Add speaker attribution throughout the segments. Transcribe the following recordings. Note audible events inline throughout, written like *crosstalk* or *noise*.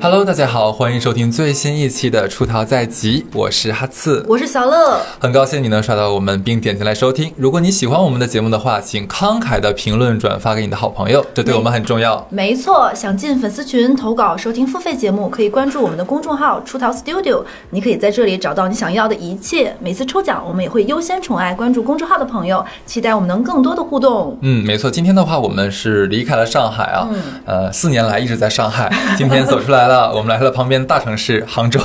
Speaker 1: Hello，大家好，欢迎收听最新一期的《出逃在即》，我是哈刺，
Speaker 2: 我是小乐，
Speaker 1: 很高兴你能刷到我们并点进来收听。如果你喜欢我们的节目的话，请慷慨的评论转发给你的好朋友，这对我们很重要。
Speaker 2: 没错，想进粉丝群投稿收听付费节目，可以关注我们的公众号“出逃 Studio”，你可以在这里找到你想要的一切。每次抽奖，我们也会优先宠爱关注公众号的朋友，期待我们能更多的互动。
Speaker 1: 嗯，没错，今天的话我们是离开了上海啊，
Speaker 2: 嗯
Speaker 1: 呃，四年来一直在上
Speaker 2: *laughs*
Speaker 1: 海，今天走出来了，我们来到了旁边的大城市杭州。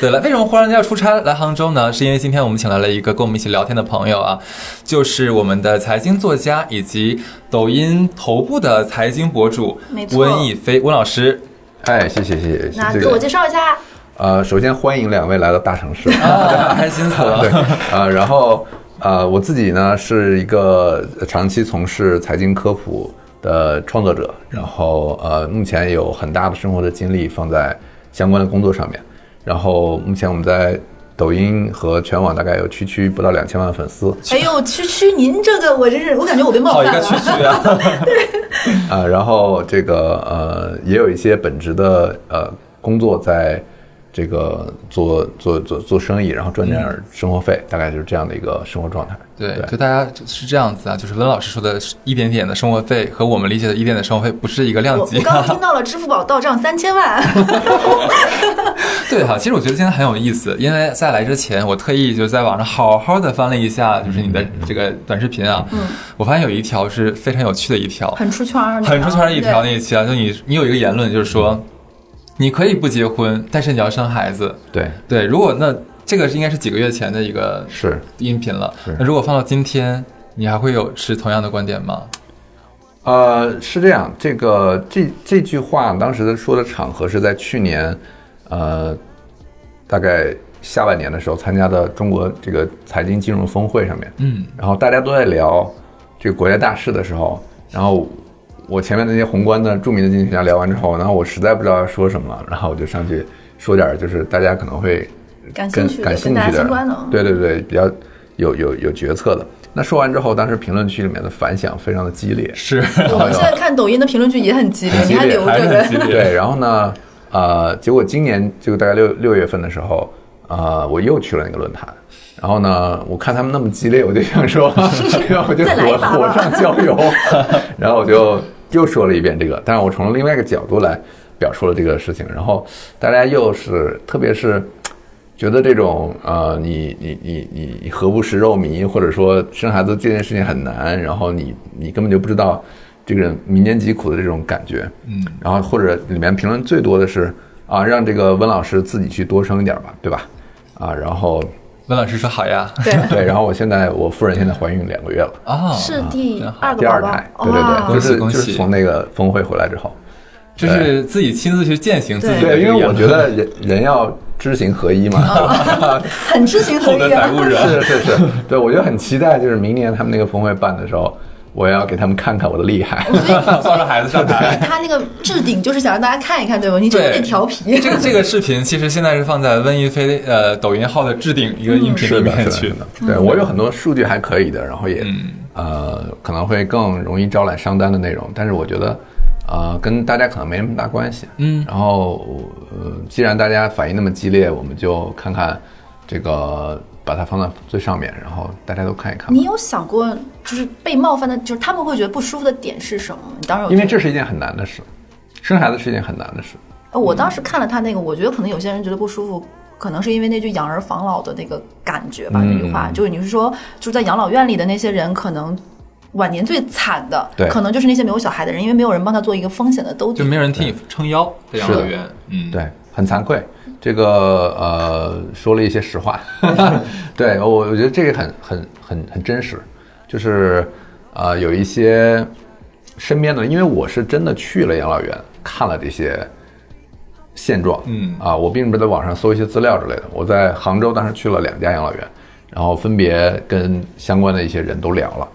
Speaker 1: 对了，为什么忽然要出差来杭州呢？是因为今天我们请来了一个跟我们一起聊天的朋友啊，就是我们的财经作家以及抖音头部的财经博主
Speaker 2: 没错
Speaker 1: 温亦菲温老师。
Speaker 3: 哎，谢谢谢谢。
Speaker 2: 那
Speaker 3: 这
Speaker 2: 自我
Speaker 3: 个
Speaker 2: 介绍一下，
Speaker 3: 呃，首先欢迎两位来到大城市，
Speaker 2: *laughs*
Speaker 1: 啊， *laughs* 开心死
Speaker 3: 对
Speaker 1: 了！，
Speaker 3: 呃，然后呃，我自己呢是一个长期从事财经科普的创作者，然后呃，目前有很大的生活的精力放在相关的工作上面，然后目前我们在抖音和全网大概有区区不到两千万粉丝，
Speaker 2: 哎呦，区区您这个，我真是，我感觉我被冒
Speaker 1: 好一
Speaker 2: 犯
Speaker 1: 个区
Speaker 2: 了。
Speaker 1: 区
Speaker 2: *laughs*
Speaker 1: 啊！
Speaker 3: 啊，然后这个呃，也有一些本职的呃工作在这个做做做做生意，然后赚点儿生活费，大概就是这样的一个生活状态。
Speaker 1: 对，就大家是这样子啊，就是温老师说的一点点的生活费和我们理解的一点点生活费不是一个量
Speaker 2: 我我
Speaker 1: 级。
Speaker 2: 刚刚听到了支付宝到账三千万，
Speaker 1: *laughs* 对哈，其实我觉得今天很有意思，因为在来之前，我特意就在网上好好的翻了一下，就是你的这个短视频啊，我发现有一条是非常有趣的一条，
Speaker 2: 很出圈儿的啊，
Speaker 1: 很出圈的一条
Speaker 2: 对
Speaker 1: 那一期啊，就你你有一个言论就是说，你可以不结婚，但是你要生孩子。
Speaker 3: 对，
Speaker 1: 对，如果那这个是应该是几个月前的一个
Speaker 3: 是
Speaker 1: 音频了
Speaker 3: 是。
Speaker 1: 那如果放到今天，你还会有持同样的观点吗？
Speaker 3: 呃，是这样，这个这这句话当时说的场合是在去年，呃，大概下半年的时候参加的中国这个财经金融峰会上面，
Speaker 1: 嗯，
Speaker 3: 然后大家都在聊这个国家大事的时候，然后我前面那些宏观的著名的经济学家聊完之后，然后我实在不知道要说什么了，然后我就上去说点儿就是大家可能会
Speaker 2: 感兴
Speaker 3: 跟
Speaker 2: 趣的
Speaker 3: 感兴
Speaker 2: 跟大
Speaker 3: 趣
Speaker 2: 家
Speaker 3: 的
Speaker 2: 相关的，，
Speaker 3: 对对对，比较有有有决策的。那说完之后，当时评论区里面的反响非常的激烈，
Speaker 1: 是，
Speaker 2: 我们现在看抖音的评论区也很激烈，
Speaker 3: 很激
Speaker 2: 你
Speaker 3: 烈
Speaker 2: 还留
Speaker 1: 还
Speaker 2: 着
Speaker 1: 是
Speaker 2: 呢
Speaker 1: 很。激烈。
Speaker 3: 对，然后呢，呃，结果今年就大概六六月份的时候，呃，我又去了那个论坛。然后呢，我看他们那么激烈，我就想说， *laughs* 然后我就
Speaker 2: 再来一
Speaker 3: 火
Speaker 2: 把吧
Speaker 3: 火上浇油， *laughs* 然后我就又说了一遍这个，但是我从另外一个角度来表述了这个事情。然后大家又是，特别是觉得这种呃，你你你你你何不食肉糜，或者说生孩子这件事情很难，然后你你根本就不知道这个民间疾苦的这种感觉，
Speaker 1: 嗯，
Speaker 3: 然后或者里面评论最多的是啊，让这个温老师自己去多生一点吧，对吧？啊，然后
Speaker 1: *laughs* 温老师说好呀。
Speaker 2: 对，
Speaker 3: 对，然后我现在我夫人现在怀孕两个月了，
Speaker 1: 啊，
Speaker 2: 是第
Speaker 1: 真好
Speaker 2: 二个
Speaker 3: 第
Speaker 2: 宝
Speaker 3: 二
Speaker 2: 宝
Speaker 3: 胎，，对对
Speaker 2: 哇
Speaker 3: 对，就
Speaker 1: 恭喜
Speaker 3: 是
Speaker 1: 恭
Speaker 3: 就
Speaker 1: 喜
Speaker 3: 是从那个峰会回来之后，
Speaker 1: 就是自己亲自去践行自己的
Speaker 3: 对，
Speaker 1: 这
Speaker 3: 因
Speaker 1: 个
Speaker 3: 为我
Speaker 1: 言
Speaker 3: 觉
Speaker 1: 论，
Speaker 3: 得人人要知行合一 *laughs* 嘛，
Speaker 2: 很知行合
Speaker 1: 厚德
Speaker 2: 一
Speaker 1: 载
Speaker 2: 啊。
Speaker 1: 物人。
Speaker 3: 是是是，对我就很期待，就是明年他们那个峰会办的时候，我要给他们看看我的厉害。
Speaker 1: 抱着孩子上台。
Speaker 2: 他那个置顶就是想让大家看一看，对吧？你这有点调
Speaker 1: *laughs*
Speaker 2: 皮。
Speaker 1: 这个这个视频其实现在是放在温亦菲呃抖音号的置顶一个音频里面去
Speaker 3: 嗯是的，对
Speaker 2: 嗯
Speaker 3: 我有很多数据还可以的，然后也、
Speaker 1: 嗯
Speaker 3: 呃可能会更容易招揽商单的内容，但是我觉得呃跟大家可能没什么大关系。
Speaker 1: 嗯
Speaker 3: 然后呃既然大家反应那么激烈，我们就看看这个把它放到最上面，然后大家都看一看吧。
Speaker 2: 你有想过，就是被冒犯的，就是他们会觉得不舒服的点是什么吗？你当时有
Speaker 3: 因为
Speaker 2: 觉
Speaker 3: 这是一件很难的事，生孩子是一件很难的事。
Speaker 2: 得，哦我当时看了他那个，我觉得可能有些人觉得不舒服，可能是因为那句“养儿防老”的那个感觉吧。那句
Speaker 3: 嗯
Speaker 2: 话就是你是说，就是在养老院里的那些人，可能晚年最惨的
Speaker 3: 对，
Speaker 2: 可能就是那些没有小孩的人，因为没有人帮他做一个风险的兜底
Speaker 1: 就。没有人替你撑腰在养老
Speaker 3: 是的
Speaker 1: 院。嗯，
Speaker 3: 对，很惭愧，这个呃说了一些实话，对我我觉得这个很很很很真实，就是呃有一些身边的，因为我是真的去了养老院看了这些现状，
Speaker 1: 嗯
Speaker 3: 啊，我并不是在网上搜一些资料之类的，我在杭州当时去了两家养老院，然后分别跟相关的一些人都聊了，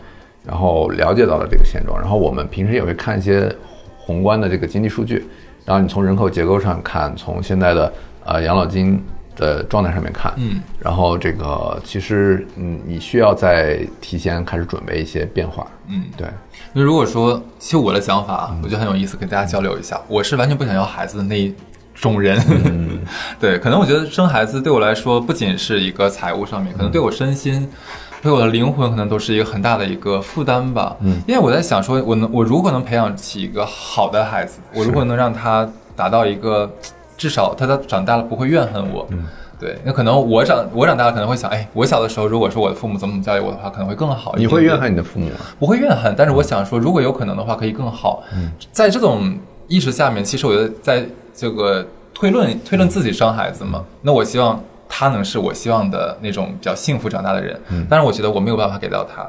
Speaker 3: 然后了解到了这个现状，然后我们平时也会看一些宏观的这个经济数据，然后你从人口结构上看，从现在的呃养老金的状态上面看，
Speaker 1: 嗯，
Speaker 3: 然后这个其实嗯你需要在提前开始准备一些变化，
Speaker 1: 嗯，
Speaker 3: 对，
Speaker 1: 那如果说，其实我的想法啊，我觉得很有意思，跟大家交流一下。我是完全不想要孩子的那一种人。
Speaker 3: 嗯
Speaker 1: *laughs* 对，可能我觉得生孩子对我来说，不仅是一个财务上面，可能对我身心。对我的灵魂可能都是一个很大的一个负担吧，嗯，因为我在想说，我能我如果能培养起一个好的孩子，我如果能让他达到一个，至少他他长大了不会怨恨我，嗯，对，那可能我长我长大了可能会想，哎，我小的时候如果说我的父母怎么怎么教育我的话，可能会更好一
Speaker 3: 你
Speaker 1: 点。
Speaker 3: 会怨恨你的父母吗？
Speaker 1: 不会怨恨，但是
Speaker 3: 嗯
Speaker 1: 我想说，如果有可能的话，可以更好。在这种意识下面，其实我觉得在这个推
Speaker 3: 嗯
Speaker 1: 论推论自己生孩子嘛，那我希望他能是我希望的那种比较幸福长大的人，
Speaker 3: 嗯
Speaker 1: 但是我觉得我没有办法给到他。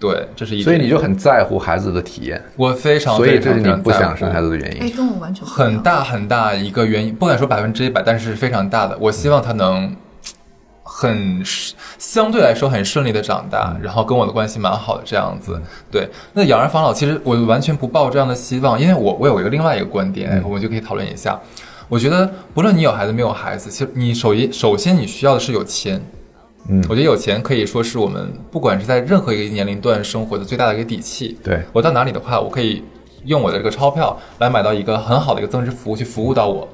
Speaker 1: 对，这是一点。
Speaker 3: 所以你就很在乎孩子的体验，
Speaker 1: 我非常，
Speaker 3: 所以这是
Speaker 1: 非
Speaker 3: 你
Speaker 1: 常
Speaker 3: 不
Speaker 1: 在
Speaker 3: 想
Speaker 1: 乎
Speaker 3: 生孩子的原
Speaker 2: 哎，
Speaker 3: 因。
Speaker 2: 跟我完全不一样
Speaker 1: 很。大很大一个原因，不敢说百分之一百，但是是非常大的。我希望他能很相对来说很顺利的长大，然后跟我的关系蛮好的这样子。对，那养儿防老，其实我完全不抱这样的希望，因为我我有一个另外一个观点，哎我们就可以讨论一下。我觉得不论你有孩子没有孩子，其实你首一首先你需要的是有钱。
Speaker 3: 嗯
Speaker 1: 我觉得有钱可以说是我们不管是在任何一个年龄段生活的最大的一个底气。
Speaker 3: 对，
Speaker 1: 我到哪里的话，我可以用我的这个钞票来买到一个很好的一个增值服务去服务到我，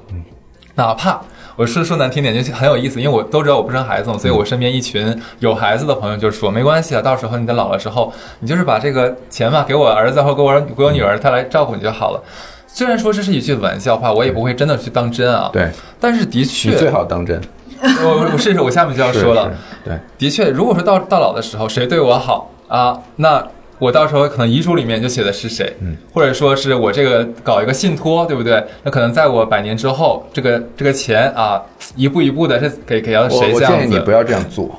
Speaker 1: 哪怕。我是说难听点，就是很有意思，因为我都知道我不生孩子嘛，所以我身边一群有孩子的朋友就说，没关系啊，到时候你等老了之后，你就是把这个钱嘛给我儿子或给我给我女儿，她来照顾你就好了。虽然说这是一句玩笑话，我也不会真的去当真啊。，
Speaker 3: 对，
Speaker 1: 但是的
Speaker 3: 你
Speaker 1: 确，
Speaker 3: 最好当真。
Speaker 1: 我我试试，我下面就要
Speaker 3: 是
Speaker 1: 说了，，
Speaker 3: 是对，
Speaker 1: 的确，如果说到到老的时候，谁对我好啊，那我到时候可能遗嘱里面就写的是谁，嗯，或者说是我这个搞一个信托，对不对？那可能在我百年之后，这个这个钱啊，一步一步的是给给到谁
Speaker 3: 我我
Speaker 1: 这
Speaker 3: 建
Speaker 1: 样
Speaker 3: 议
Speaker 1: 子？
Speaker 3: 你不要这样
Speaker 2: *laughs*
Speaker 3: 做，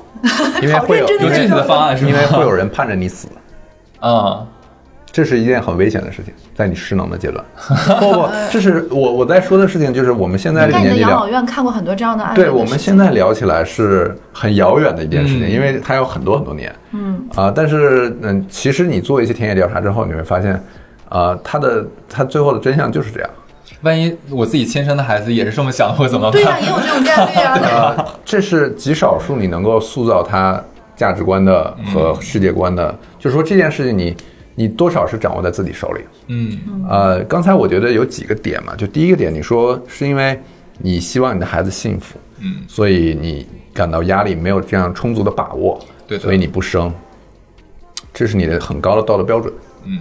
Speaker 3: 因为会有
Speaker 2: 好认真
Speaker 1: 有具体的方案是吗
Speaker 3: 因为会有人盼着你死，
Speaker 1: 嗯，
Speaker 3: 这是一件很危险的事情，在你失能的阶段。不不，这是我我在说的事情，就是我们现在这个
Speaker 2: *laughs* 看你的
Speaker 3: 年纪
Speaker 2: 养
Speaker 3: 聊
Speaker 2: 老，院看过很多这样的案例。
Speaker 3: 对我们现在聊起来是很遥远的一件事情，
Speaker 1: 嗯
Speaker 3: 因为它有很多很多年。嗯啊、但是嗯，其实你做一些田野调查之后，你会发现，啊，它的它最后的真相就是这样。
Speaker 1: 万一我自己亲生的孩子也是这么想的，会怎么办？
Speaker 2: 对呀、也有这种概率
Speaker 3: *laughs*
Speaker 2: 啊。
Speaker 3: 啊，这是极少数你能够塑造他价值观的和世界观的，就是说这件事情你你多少是掌握在自己手里。
Speaker 1: 嗯
Speaker 3: 呃，刚才我觉得有几个点嘛，就第一个点，你说是因为你希望你的孩子幸福，
Speaker 1: 嗯，
Speaker 3: 所以你感到压力，没有这样充足的把握，
Speaker 1: 对的
Speaker 3: 所以你不生，这是你的很高的道德标准。
Speaker 1: 嗯，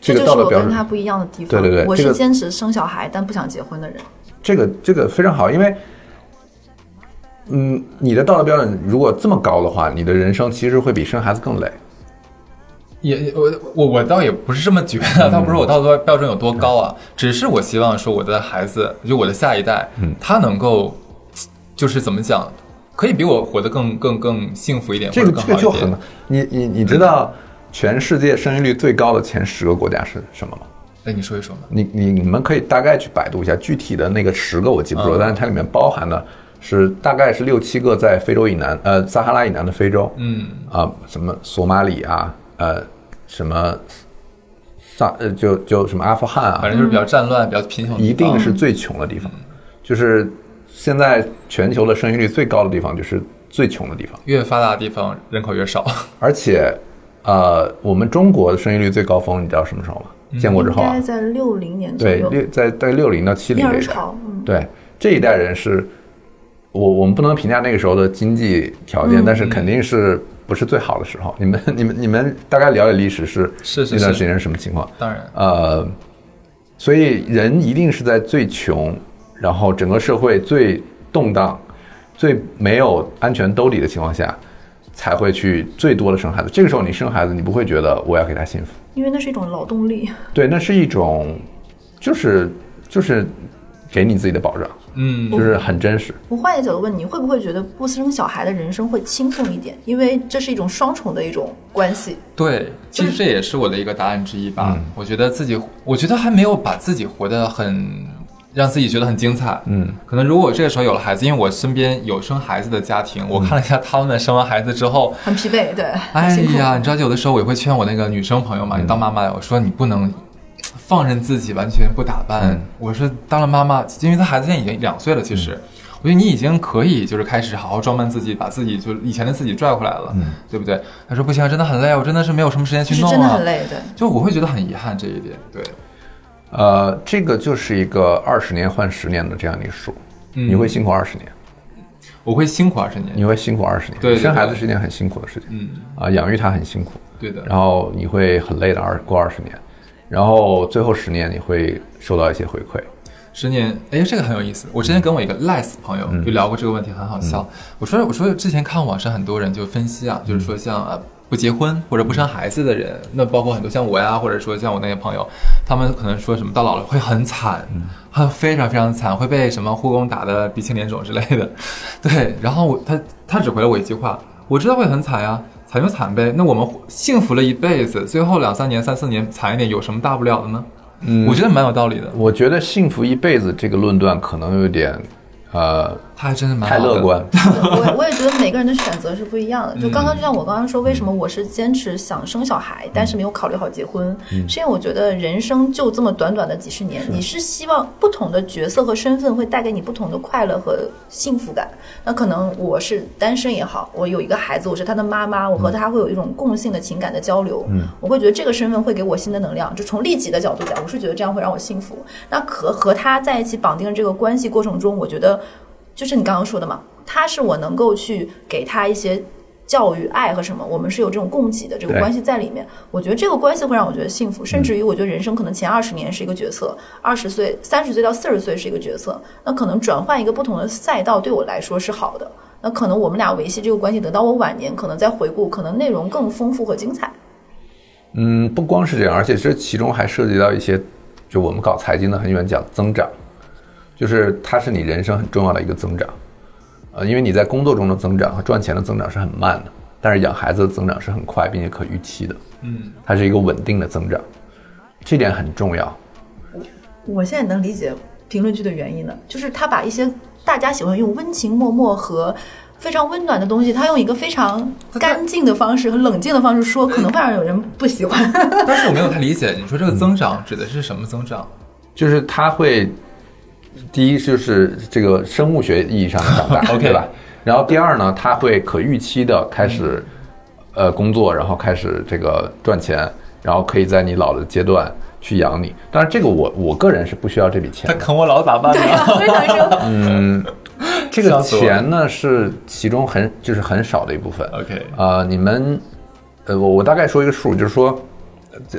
Speaker 3: 这
Speaker 2: 这
Speaker 3: 个
Speaker 2: 就
Speaker 3: 道
Speaker 2: 是
Speaker 3: 德
Speaker 2: 我
Speaker 3: 标
Speaker 2: 跟
Speaker 3: 准，
Speaker 2: 他不一样的地方。
Speaker 3: 对对对
Speaker 2: 我
Speaker 3: 这
Speaker 2: 是
Speaker 3: 个
Speaker 2: 坚持生小孩但不想结婚的人。
Speaker 3: 这个这个非常好，因为，嗯，你的道德标准如果这么高的话，你的人生其实会比生孩子更累。
Speaker 1: 也也我我我倒也不是这么觉
Speaker 3: 嗯
Speaker 1: 得， *laughs* 倒不是我道德标准有多高啊，只是我希望说我的孩子，就我的下一代，
Speaker 3: 嗯
Speaker 1: 他能够就是怎么讲，可以比我活得更更更幸福一点，
Speaker 3: 这个
Speaker 1: 或者
Speaker 3: 这个
Speaker 1: 更
Speaker 3: 就
Speaker 1: 好一点
Speaker 3: 很，你你你知道全世界生育率最高的前十个国家是什么吗？
Speaker 1: 哎，你说一说嘛，
Speaker 3: 你你你们可以大概去百度一下具体的那个十个我记不住了，
Speaker 1: 嗯
Speaker 3: 但是它里面包含的是大概是六七个在非洲以南，呃，撒哈拉以南的非洲，
Speaker 1: 嗯
Speaker 3: 啊、什么索马里啊，呃，什么萨呃就就什么阿富汗啊，
Speaker 1: 反嗯正就是比较战乱、比较贫穷的地
Speaker 3: 一
Speaker 1: 方，
Speaker 3: 定是最穷的地方，就是现在全球的生育率最高的地方就是最穷的地方，
Speaker 1: 越发达的地方人口越少，
Speaker 3: 而且，呃，我们中国的生育率最高峰，你知道什么时候吗？
Speaker 1: 嗯
Speaker 3: 建国之后
Speaker 2: 应
Speaker 3: 啊
Speaker 2: 该，在六零年左
Speaker 3: 对，
Speaker 2: 右，
Speaker 3: 六在在六零到七零
Speaker 2: 婴
Speaker 3: 这
Speaker 2: 儿
Speaker 3: 一代，
Speaker 2: 潮。嗯，
Speaker 3: 对这一代人是，我我们不能评价那个时候的经济条
Speaker 1: 嗯
Speaker 3: 件，但是肯定是不是最好的时候。你们你们你们大概了解历史是
Speaker 1: 是是
Speaker 3: 那段
Speaker 1: 是
Speaker 3: 时间是什么情况？
Speaker 1: 当然，
Speaker 3: 呃，所以人一定是在最穷，然后整个社会最动荡、最没有安全兜里的情况下，才会去最多的生孩子。这个时候你生孩子，你不会觉得我要给他幸福，
Speaker 2: 因为那是一种劳动力。
Speaker 3: 对，那是一种，就是就是给你自己的保障，
Speaker 1: 嗯，
Speaker 3: 就是很真实。
Speaker 2: 我换一个角度问你，会不会觉得不生小孩的人生会轻松一点？因为这是一种双重的一种关系。
Speaker 1: 对，其实这也是我的一个答案之一吧。我觉得自己，我觉得还没有把自己活得很，让自己觉得很精彩。
Speaker 3: 嗯，
Speaker 1: 可能如果这个时候有了孩子，因为我身边有生孩子的家庭，我看了一下他们生完孩子之后。
Speaker 2: 很疲惫，对，
Speaker 1: 哎
Speaker 2: 很辛苦
Speaker 1: 呀，你知道，有的时候我也会劝我那个女生朋友嘛，你当妈妈的，我说你不能放任自己完全不打扮。
Speaker 3: 嗯
Speaker 1: 我说当了妈妈，因为她孩子现在已经两岁了，其实、我觉得你已经可以就是开始好好装扮自己，把自己就以前的自己拽回来了，对不对？她说不嗯啊行，真的很累，我真的是没有什么时间
Speaker 2: 就
Speaker 1: 去
Speaker 2: 是
Speaker 1: 弄啊，
Speaker 2: 真的很累，对。
Speaker 1: 就我会觉得很遗憾这一点。对，
Speaker 3: 呃，这个就是一个二十年换十年的这样的一个数，
Speaker 1: 嗯
Speaker 3: 你会辛苦二十年，
Speaker 1: 我会辛苦二十年。
Speaker 3: 你会辛苦二十年。
Speaker 1: 对对
Speaker 3: 生孩
Speaker 1: 对
Speaker 3: 子是一件很辛苦的事情，
Speaker 1: 嗯，
Speaker 3: 啊、养育他很辛苦，
Speaker 1: 对的。
Speaker 3: 然后你会很累的二过二十年，然后最后十年你会收到一些回馈，
Speaker 1: 十年，哎，这个很有意思。我之前跟我一个 less 朋友就聊过这个问题，很好笑。我说，我说之前看网上很多人就分析啊，就是说像啊不结婚或者不生孩子的人，那包括很多像我呀，或者说像我那些朋友，他们可能说什么到老了会很惨，很非常非常惨，会被什么护工打的鼻青脸肿之类的。 *laughs* 对，然后我他他只回了我一句话，我知道会很惨呀、惨就惨呗，那我们幸福了一辈子，最后两三年、三四年惨一点，有什么大不了的呢？嗯，我觉得蛮有道理的。
Speaker 3: 我觉得幸福一辈子这个论断可能有点，呃，
Speaker 1: 他还真是蛮
Speaker 3: 太
Speaker 1: 好的
Speaker 3: 乐
Speaker 1: *laughs*
Speaker 3: 观。
Speaker 2: 我我也觉得每个人的选择是不一样的。就刚刚就像我刚刚说，为什么我是坚持想生小孩，但是没有考虑好结婚，是因为我觉得人生就这么短短的几十年，你是希望不同的角色和身份会带给你不同的快乐和幸福感。那可能我是单身也好，我有一个孩子，我是他的妈妈，我和他会有一种共性的情感的交流，我会觉得这个身份会给我新的能量。就从利己的角度讲，我是觉得这样会让我幸福。那可和他在一起绑定这个关系过程中，我觉得。就是你刚刚说的嘛，他是我能够去给他一些教育、爱和什么，我们是有这种供给的这个
Speaker 3: 对
Speaker 2: 关系在里面。我觉得这个关系会让我觉得幸福，甚至于我觉得人生可能前二十年是一个角色，二十岁、三十岁到四十岁是一个角色，那可能转换一个不同的赛道对我来说是好的。那可能我们俩维系这个关系，等到我晚年可能再回顾，可能内容更丰富和精彩。
Speaker 3: 嗯，不光是这样，而且这其中还涉及到一些，就我们搞财经的很喜欢讲增长，就是它是你人生很重要的一个增长，呃，因为你在工作中的增长和赚钱的增长是很慢的，但是养孩子的增长是很快并且可预期的，
Speaker 1: 嗯，
Speaker 3: 它是一个稳定的增长，这点很重要。
Speaker 2: 我现在能理解评论区的原因了，就是他把一些大家喜欢用温情脉脉和非常温暖的东西，他用一个非常干净的方式和冷静的方式说，可能会让有人不喜欢。
Speaker 1: 但是我没有太理解，你说这个增长指的是什么增长？
Speaker 3: 就是它会，第一就是这个生物学意义上的长大
Speaker 1: OK
Speaker 3: 对吧？然后第二呢，它会可预期的开始，呃，工作，然后开始这个赚钱，然后可以在你老的阶段去养你。当然，这个我我个人是不需要这笔钱
Speaker 1: 他
Speaker 3: 的，
Speaker 1: 啃我老咋办
Speaker 2: 对
Speaker 1: 呢？
Speaker 2: 啊，非常生。
Speaker 3: 这
Speaker 1: 笑
Speaker 3: 个
Speaker 1: 死我了
Speaker 3: 钱呢是其中很就是很少的一部分。
Speaker 1: OK
Speaker 3: 呃，你们，呃，我我大概说一个数，就是说，呃这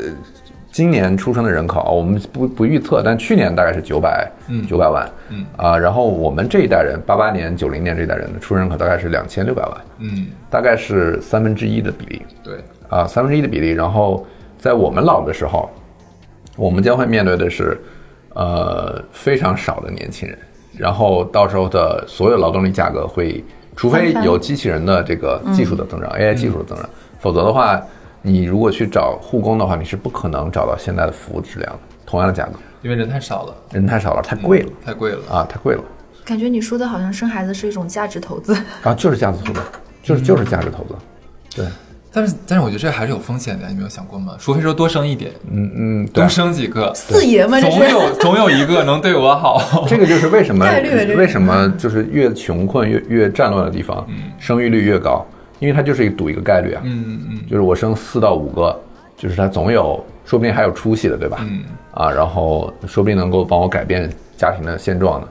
Speaker 3: 今年出生的人口，啊我们不不预测，但去年大概是九百
Speaker 1: 嗯
Speaker 3: 九百万，
Speaker 1: 嗯
Speaker 3: 啊、然后我们这一代人，八八年、九零年这一代人的出生人口大概是两千六百万，
Speaker 1: 嗯，
Speaker 3: 大概是三分之一的比例。
Speaker 1: 对，
Speaker 3: 啊，三分之一的比例。然后在我们老的时候，我们将会面对的是，呃，非常少的年轻人。然后到时候的所有劳动力价格会，除非有机器人的这个技术的增长、a i 技术的增长，否则的话，你如果去找护工的话，你是不可能找到现在的服务质量的，同样的价格，
Speaker 1: 因为人太少了，
Speaker 3: 人太少了，太贵了、
Speaker 1: 太贵了。
Speaker 3: 啊，太贵了
Speaker 2: 感觉你说的好像生孩子是一种价值投资，
Speaker 3: 啊，就是价值投资，就是就是价值投资，对，
Speaker 1: 但是，但是我觉得这还是有风险的，你没有想过吗？除非说多生一点，
Speaker 3: 嗯嗯，对
Speaker 1: 多。生几个，
Speaker 2: 四爷们这
Speaker 1: 总
Speaker 2: 是。
Speaker 1: 有总有一个能对我好。
Speaker 3: *laughs* 这个就是为什么
Speaker 2: 哦概率这是
Speaker 3: 为什么就是越穷困越越战乱的地方，生育率越高，因为它就是一个赌一个概率啊，
Speaker 1: 嗯嗯
Speaker 3: 就是我生四到五个，就是它总有，说不定还有出息的，对吧？
Speaker 1: 嗯
Speaker 3: 啊，然后说不定能够帮我改变家庭的现状呢，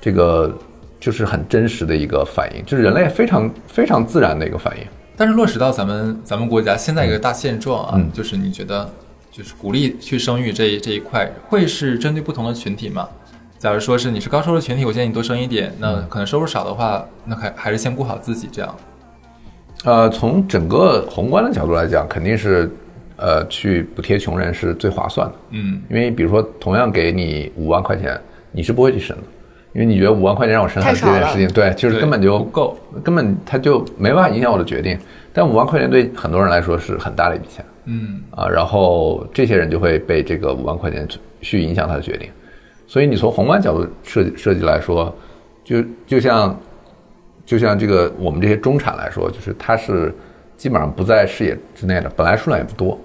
Speaker 3: 这个就是很真实的一个反应，就是人类非常非常自然的一个反应。
Speaker 1: 但是落实到咱们咱们国家现在一个大现状啊，
Speaker 3: 嗯
Speaker 1: 就是你觉得，就是鼓励去生育这一这一块，会是针对不同的群体吗？假如说是你是高收入群体，我建议你多生一点。那可能收入少的话，那还还是先顾好自己这样。
Speaker 3: 呃，从整个宏观的角度来讲，肯定是，呃，去补贴穷人是最划算的。
Speaker 1: 嗯，
Speaker 3: 因为比如说，同样给你五万块钱，你是不会去生的，因为你觉得五万块钱让我生孩子这件事情，对，就是
Speaker 1: 对
Speaker 3: 根本就
Speaker 1: 不够，
Speaker 3: 根本他就没办法影响我的决定。但五万块钱对很多人来说是很大的一笔钱
Speaker 1: 嗯
Speaker 3: 啊，然后这些人就会被这个五万块钱去影响他的决定。所以你从宏观角度设计设计来说，就就像就像这个我们这些中产来说，就是它是基本上不在视野之内的，本来数量也不多，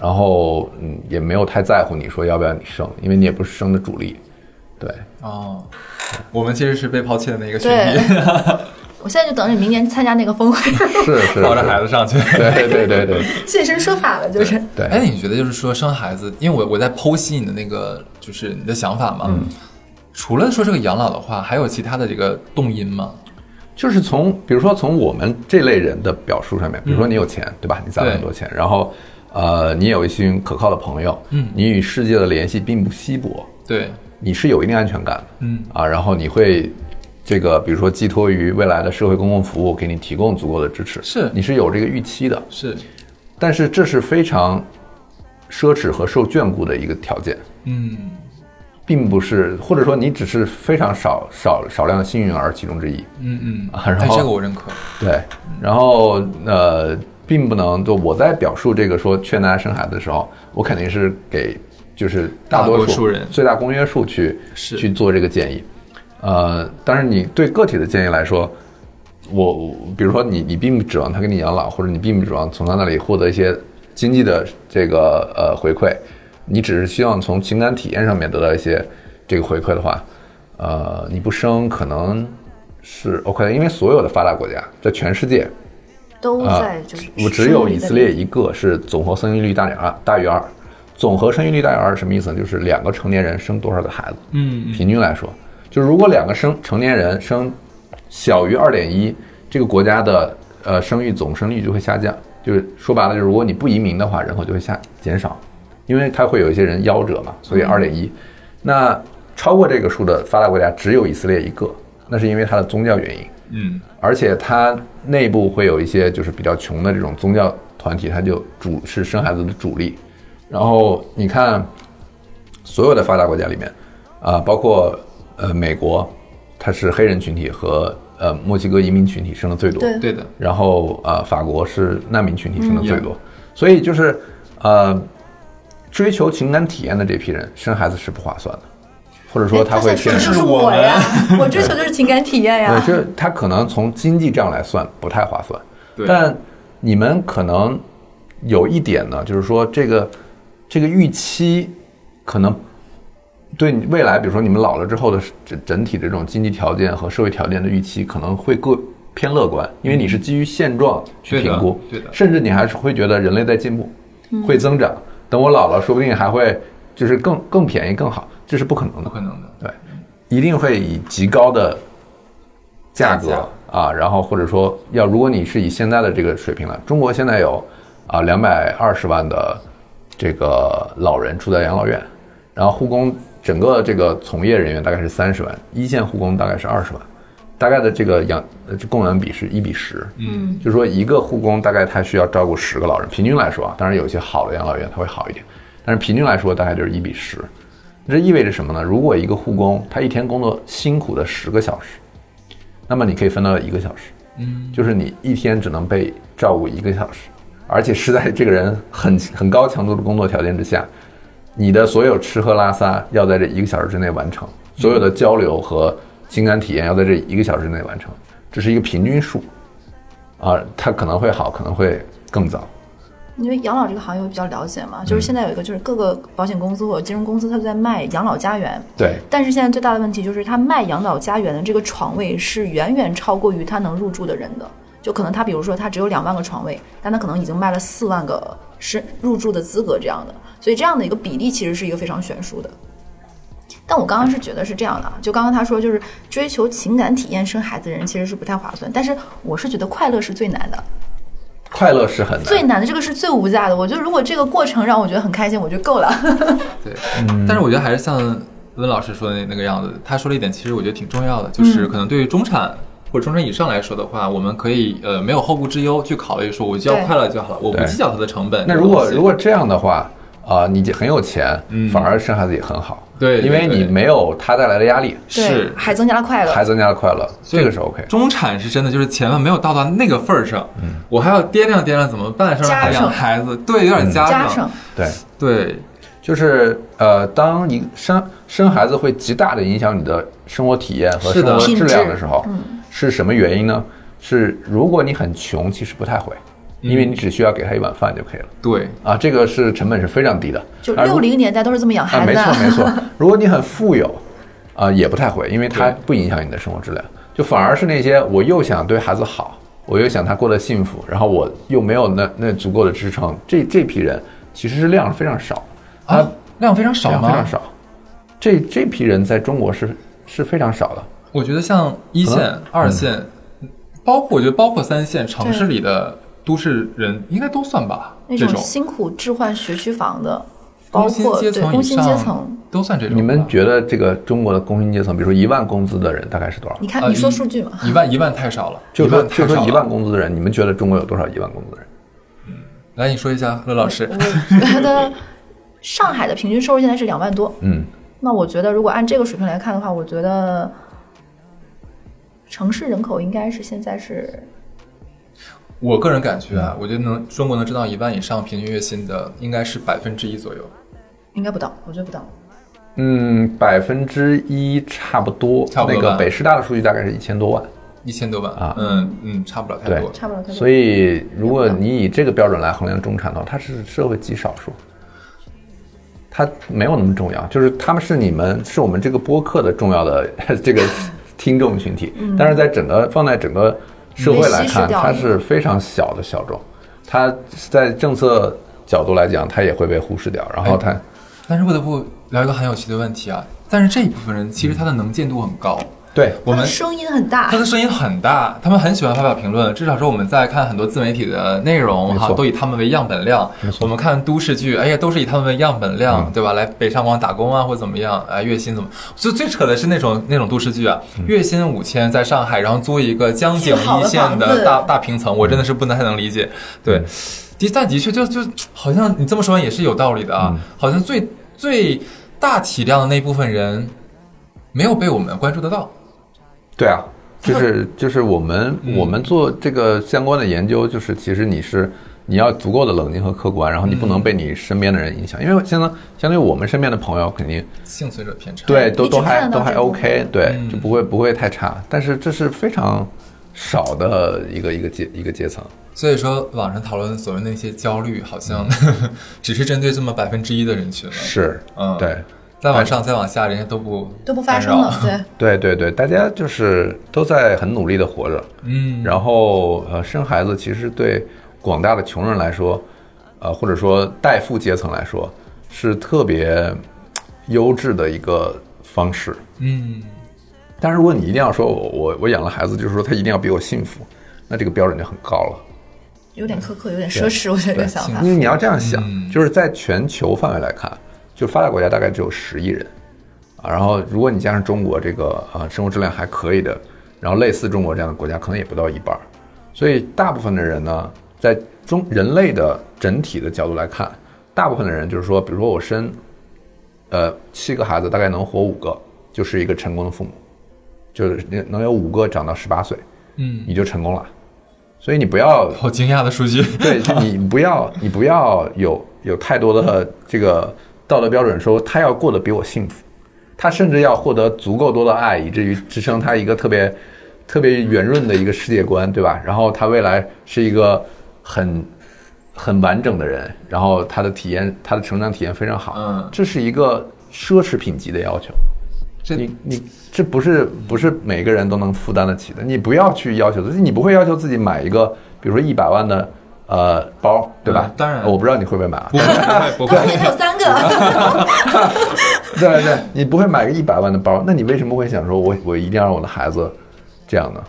Speaker 3: 然后嗯也没有太在乎你说要不要你生，因为你也不是生的主力，对，
Speaker 1: 哦，我们其实是被抛弃的那个群
Speaker 2: 对
Speaker 1: 体。
Speaker 2: *laughs* 我现在就等着你明年参加那个峰会，
Speaker 3: 是
Speaker 1: *laughs*
Speaker 3: 是，
Speaker 1: 抱着孩子上去。
Speaker 3: 是，对对对对
Speaker 2: 现身说法了，就是。
Speaker 3: 对。
Speaker 1: *laughs* 哎，你觉得就是说生孩子，因为我我在剖析你的那个就是你的想法嘛，
Speaker 3: 嗯
Speaker 1: 除了说这个养老的话，还有其他的这个动因吗？
Speaker 3: 就是从比如说从我们这类人的表述上面，比如说你有钱，对吧？你攒了
Speaker 1: 嗯对
Speaker 3: 很多钱，然后呃，你有一群可靠的朋友，
Speaker 1: 嗯
Speaker 3: 你与世界的联系并不稀薄，
Speaker 1: 对，
Speaker 3: 你是有一定安全感的，
Speaker 1: 嗯
Speaker 3: 啊，然后你会。这个，比如说寄托于未来的社会公共服务，给你提供足够的支持，
Speaker 1: 是
Speaker 3: 你是有这个预期的，
Speaker 1: 是，
Speaker 3: 但是这是非常奢侈和受眷顾的一个条件，
Speaker 1: 嗯
Speaker 3: 并不是，或者说你只是非常少少少量的幸运儿其中之一。
Speaker 1: 嗯嗯，
Speaker 3: 啊然后
Speaker 1: 哎，这个我认可。
Speaker 3: 对，然后呃，并不能就我在表述这个说劝大家生孩子的时候，我肯定是给就是大多
Speaker 1: 大多数人
Speaker 3: 最大公约数去
Speaker 1: 是
Speaker 3: 去做这个建议。呃，但是你对个体的建议来说，我我比如说你你并不指望他给你养老，或者你并不指望从他那里获得一些经济的这个呃回馈，你只是希望从情感体验上面得到一些这个回馈的话，呃，你不生可能是 OK，因为所有的发达国家在全世界，
Speaker 2: 都
Speaker 3: 啊
Speaker 2: 在就是
Speaker 3: 我只有以色列一个是总和生育率大于二，大于二。总和生育率大于二是什么意思呢？就是两个成年人生多少个孩子，
Speaker 1: 嗯
Speaker 3: 平均来说，就是如果两个生成年人生小于二点一，这个国家的呃生育总生育率就会下降。就是说白了，就是如果你不移民的话，人口就会下减少，因为它会有一些人夭折嘛，所以二点一。那超过这个数的发达国家只有以色列一个，那是因为它的宗教原因。
Speaker 1: 嗯
Speaker 3: 而且它内部会有一些就是比较穷的这种宗教团体，它就主是生孩子的主力。然后你看，所有的发达国家里面，啊、包括呃美国，它是黑人群体和呃墨西哥移民群体生的最多。
Speaker 2: 对
Speaker 1: 嗯，对的，
Speaker 3: 然后呃，法国是难民群体生的最
Speaker 2: 嗯
Speaker 3: 多，所以就是呃，追求情感体验的这批人生孩子是不划算的，或者说他会
Speaker 2: 哎说
Speaker 3: 变
Speaker 2: 的
Speaker 3: 成
Speaker 2: 就是我呀，我追求就是情感体验
Speaker 3: 对，
Speaker 2: 呀。
Speaker 3: 就是它可能从经济账来算不太划算，
Speaker 1: 对
Speaker 3: 但你们可能有一点呢，就是说这个这个预期可能对你未来，比如说你们老了之后的整整体的这种经济条件和社会条件的预期，可能会更偏乐观，因为你是基于现状去
Speaker 1: 对的
Speaker 3: 评估，
Speaker 1: 对的
Speaker 3: 甚至你还是会觉得人类在进步，会增长。等我老了，说不定还会就是更更便宜更好，这是不可能的
Speaker 1: 不。可能的。
Speaker 3: 对，一定会以极高的价格
Speaker 1: 价
Speaker 3: 啊，然后或者说要，如果你是以现在的这个水平了，中国现在有啊两百二十万的这个老人住在养老院，然后护工整个这个从业人员大概是三十万，一线护工大概是二十万，大概的这个养呃这供养比是一比十，
Speaker 2: 嗯，
Speaker 3: 就是说一个护工大概他需要照顾十个老人，平均来说啊，当然有一些好的养老院它会好一点，但是平均来说大概就是一比十。这意味着什么呢？如果一个护工他一天工作辛苦的十个小时，那么你可以分到一个小时，
Speaker 1: 嗯，
Speaker 3: 就是你一天只能被照顾一个小时，而且是在这个人很很高强度的工作条件之下，你的所有吃喝拉撒要在这一个小时之内完成，所有的交流和情感体验要在这一个小时之内完成，这是一个平均数，啊，它可能会好，可能会更糟，
Speaker 2: 因为养老这个行业我比较了解嘛，就是现在有一个就是各个保险公司或者金融公司，它都在卖养老家园。
Speaker 3: 对，
Speaker 2: 但是现在最大的问题就是，他卖养老家园的这个床位是远远超过于他能入住的人的。就可能他比如说他只有两万个床位，但他可能已经卖了四万个是入住的资格这样的，所以这样的一个比例其实是一个非常悬殊的。但我刚刚是觉得是这样的，啊，就刚刚他说就是追求情感体验生孩子的人其实是不太划算，但是我是觉得快乐是最难的，
Speaker 3: 快乐是很难的，
Speaker 2: 最难的这个是最无价的。我觉得如果这个过程让我觉得很开心，我就够了。
Speaker 1: 对。但是我觉得还是像温老师说的那那个样子，他说了一点，其实我觉得挺重要的，就是可能对于中产。或者中产以上来说的话，我们可以呃没有后顾之忧去考虑说，我就要
Speaker 2: 对
Speaker 1: 快乐就好了，我不
Speaker 3: 对
Speaker 1: 计较它的成本。
Speaker 3: 那
Speaker 1: 这个
Speaker 3: 如
Speaker 1: 东
Speaker 3: 果
Speaker 1: 西
Speaker 3: 如果这样的话，啊、你很有钱，
Speaker 1: 嗯
Speaker 3: 反而生孩子也很好，
Speaker 1: 对对
Speaker 3: 因为你没有他带来的压力，
Speaker 2: 对
Speaker 1: 是
Speaker 2: *laughs* 还增加了快乐，
Speaker 3: 还增加了快乐，
Speaker 1: 所以
Speaker 3: 这个是 OK。
Speaker 1: 中产是真的，就是钱没有到达那个份儿上，我还要掂量掂量怎么办，上面还
Speaker 2: 加
Speaker 1: 养
Speaker 2: 上
Speaker 1: 孩子，对，有点
Speaker 2: 加
Speaker 1: 加
Speaker 2: 上
Speaker 1: 上，
Speaker 3: 对，
Speaker 1: 对，
Speaker 3: 就是呃，当你生生孩子会极大的影响你的生活体验和
Speaker 1: 是
Speaker 3: 生
Speaker 1: 的
Speaker 3: 活
Speaker 2: 品
Speaker 3: 质量的
Speaker 2: 质嗯
Speaker 3: 时候，是什么原因呢？是如果你很穷，其实不太会，
Speaker 1: 嗯
Speaker 3: 因为你只需要给他一碗饭就可以了。
Speaker 1: 对，
Speaker 3: 啊，这个是成本是非常低的，
Speaker 2: 就
Speaker 3: 啊如
Speaker 2: 六零年代都是这么养
Speaker 3: 啊，
Speaker 2: 孩
Speaker 3: 没
Speaker 1: *laughs*
Speaker 2: 子的。
Speaker 3: 错没错。如果你很富有，啊、也不太会，因为它
Speaker 1: 对
Speaker 3: 不影响你的生活质量。就反而是那些我又想对孩子好，我又想他过得幸福，然后我又没有那那足够的支撑，这这批人其实是量是非常少，他
Speaker 1: 啊，量非常少
Speaker 3: 量
Speaker 1: 吗？
Speaker 3: 非常少，这这批人在中国是是非常少的。
Speaker 1: 我觉得像一线、
Speaker 3: 嗯
Speaker 1: 二线，包括我觉得包括三线城市里的都市人，应该都算吧。
Speaker 2: 那
Speaker 1: 这
Speaker 2: 种
Speaker 1: 种
Speaker 2: 辛苦置换学区房的，包
Speaker 1: 工薪
Speaker 2: 括
Speaker 1: 阶
Speaker 2: 对
Speaker 1: 层
Speaker 2: 工
Speaker 1: 以
Speaker 2: 薪阶
Speaker 1: 上
Speaker 2: 层。
Speaker 1: 都算这种吧。
Speaker 3: 你
Speaker 2: *laughs*
Speaker 3: 们觉得这个中国的工薪阶层，比如说一万工资的人大概是多少
Speaker 2: 你？看，
Speaker 1: 呃
Speaker 2: 你说数
Speaker 1: *laughs*
Speaker 2: 据嘛？
Speaker 1: 一万一万太少了，
Speaker 3: 就
Speaker 1: 一
Speaker 3: 说
Speaker 1: 万
Speaker 3: 就
Speaker 1: 太少
Speaker 3: 说
Speaker 1: 了
Speaker 3: 一万。工资的人，你们觉得中国有多少一万工资的人？
Speaker 1: 来，你说一下，乐老师，
Speaker 2: 我觉得上海的平均收入现在是两万多。
Speaker 3: 嗯，
Speaker 2: 那我觉得，如果按这个水平来看的话，我觉得城市人口应该是现在是
Speaker 1: 我个人感觉啊，我觉得能中国能挣到一万以上平均月薪的，应该是百分之一左右，
Speaker 2: 应该不到，我觉得不到。
Speaker 3: 嗯，百分之一差不多，
Speaker 1: 差不多
Speaker 3: 那个
Speaker 1: 吧
Speaker 3: 北师大的数据大概是一千多万，
Speaker 1: 一千多万
Speaker 3: 啊
Speaker 1: 嗯嗯，差不了太
Speaker 3: 对
Speaker 1: 多。
Speaker 2: 差不了太多。
Speaker 3: 所以如果你以这个标准来衡量中产的话，它是社会极少数，它没有那么重要，就是他们是你们是我们这个播客的重要的 *laughs* 这个听众群体，但是在整个放在整个社会来
Speaker 2: 嗯被稀释
Speaker 3: 看，
Speaker 2: 掉
Speaker 3: 它
Speaker 2: 了
Speaker 3: 是非常小的小众，它在政策角度来讲，它也会被忽视掉，然后
Speaker 1: 哎
Speaker 3: 它。
Speaker 1: 但是不得不聊一个很有趣的问题啊，但是这一部分人其实他的能见度很高，
Speaker 3: 对，
Speaker 1: 我
Speaker 2: 他
Speaker 1: 们
Speaker 2: 的声音很大
Speaker 1: 他，的声音很大，他们很喜欢发表评论。至少说我们在看很多自媒体的内容
Speaker 3: 没
Speaker 1: 哈，
Speaker 3: 错
Speaker 1: 都以他们为样本量。我们看都市剧，哎呀，都是以他们为样本量，
Speaker 3: 嗯
Speaker 1: 对吧？来北上广打工啊，或怎么样？哎，月薪怎么？就最扯的是那种那种都市剧啊，
Speaker 3: 嗯
Speaker 1: 月薪五千，在上海，然后租一个江景
Speaker 2: 巨好
Speaker 1: 一
Speaker 2: 的
Speaker 1: 线
Speaker 2: 房
Speaker 1: 的
Speaker 2: 子
Speaker 1: 大大平层，我真的是不太能理解。对
Speaker 3: 嗯，
Speaker 1: 的但的确就就好像你这么说也是有道理的啊，
Speaker 3: 嗯
Speaker 1: 好像最最大体量的那部分人没有被我们关注得到。
Speaker 3: 对啊，就是就是我们、
Speaker 1: 嗯
Speaker 3: 我们做这个相关的研究，就是其实你是你要足够的冷静和客观，然后你不能被你身边的人影响，因为相当相当于我们身边的朋友肯定
Speaker 1: 幸存者偏差。
Speaker 3: 对都
Speaker 2: 你只
Speaker 3: 都还
Speaker 2: 看得到
Speaker 3: 都还
Speaker 2: 这部
Speaker 3: OK，对，
Speaker 1: 嗯
Speaker 3: 就不会不会太差，但是这是非常少的一个一个阶一个阶层，
Speaker 1: 所以说，网上讨论所谓那些焦虑，好像 *laughs* 只是针对这么百分之一的人群了。
Speaker 3: 是，
Speaker 1: 嗯，
Speaker 3: 嗯对。
Speaker 1: 再往上，再往下，人家都不
Speaker 2: 都不发声了
Speaker 1: 干扰。。
Speaker 2: 对，
Speaker 3: 对对对，大家就是都在很努力的活着，
Speaker 1: 嗯，
Speaker 3: 然后呃，生孩子其实对广大的穷人来说，呃，或者说代富阶层来说，是特别呃优质的一个方式。
Speaker 1: 嗯，
Speaker 3: 但是如果你一定要说我我我养了孩子，就是说他一定要比我幸福，那这个标准就很高了。
Speaker 2: 有点苛刻，有点奢侈，我觉得这个想法
Speaker 3: 因。为你要这样想，
Speaker 1: 嗯
Speaker 3: 就是在全球范围来看，就发达国家大概只有十亿人啊。然后，如果你加上中国这个啊生活质量还可以的，然后类似中国这样的国家，可能也不到一半儿。所以，大部分的人呢，在中人类的整体的角度来看，大部分的人就是说，比如说我生呃七个孩子，大概能活五个，就是一个成功的父母，就是能能有五个长到十八岁，
Speaker 1: 嗯，
Speaker 3: 你就成功了。所以你不要
Speaker 1: 好惊讶的数据。
Speaker 3: *laughs* 对，就你不要，你不要有有太多的这个道德标准，说他要过得比我幸福，他甚至要获得足够多的爱，以至于支撑他一个特别特别圆润的一个世界观，对吧？然后他未来是一个很很完整的人，然后他的体验，他的成长体验非常好，
Speaker 1: 嗯
Speaker 3: 这是一个奢侈品级的要求。
Speaker 1: 这
Speaker 3: 你你这不是不是每个人都能负担得起的，你不要去要求自己，你不会要求自己买一个，比如说一百万的呃包，对吧
Speaker 1: 嗯？当然
Speaker 3: 我不知道你会不会买啊
Speaker 1: *laughs* 不。会不会不
Speaker 2: 而且
Speaker 1: 会，
Speaker 2: 他有三个，
Speaker 3: *laughs* 对对对，你不会买个一百万的包，那你为什么会想说我我一定要让我的孩子这样呢？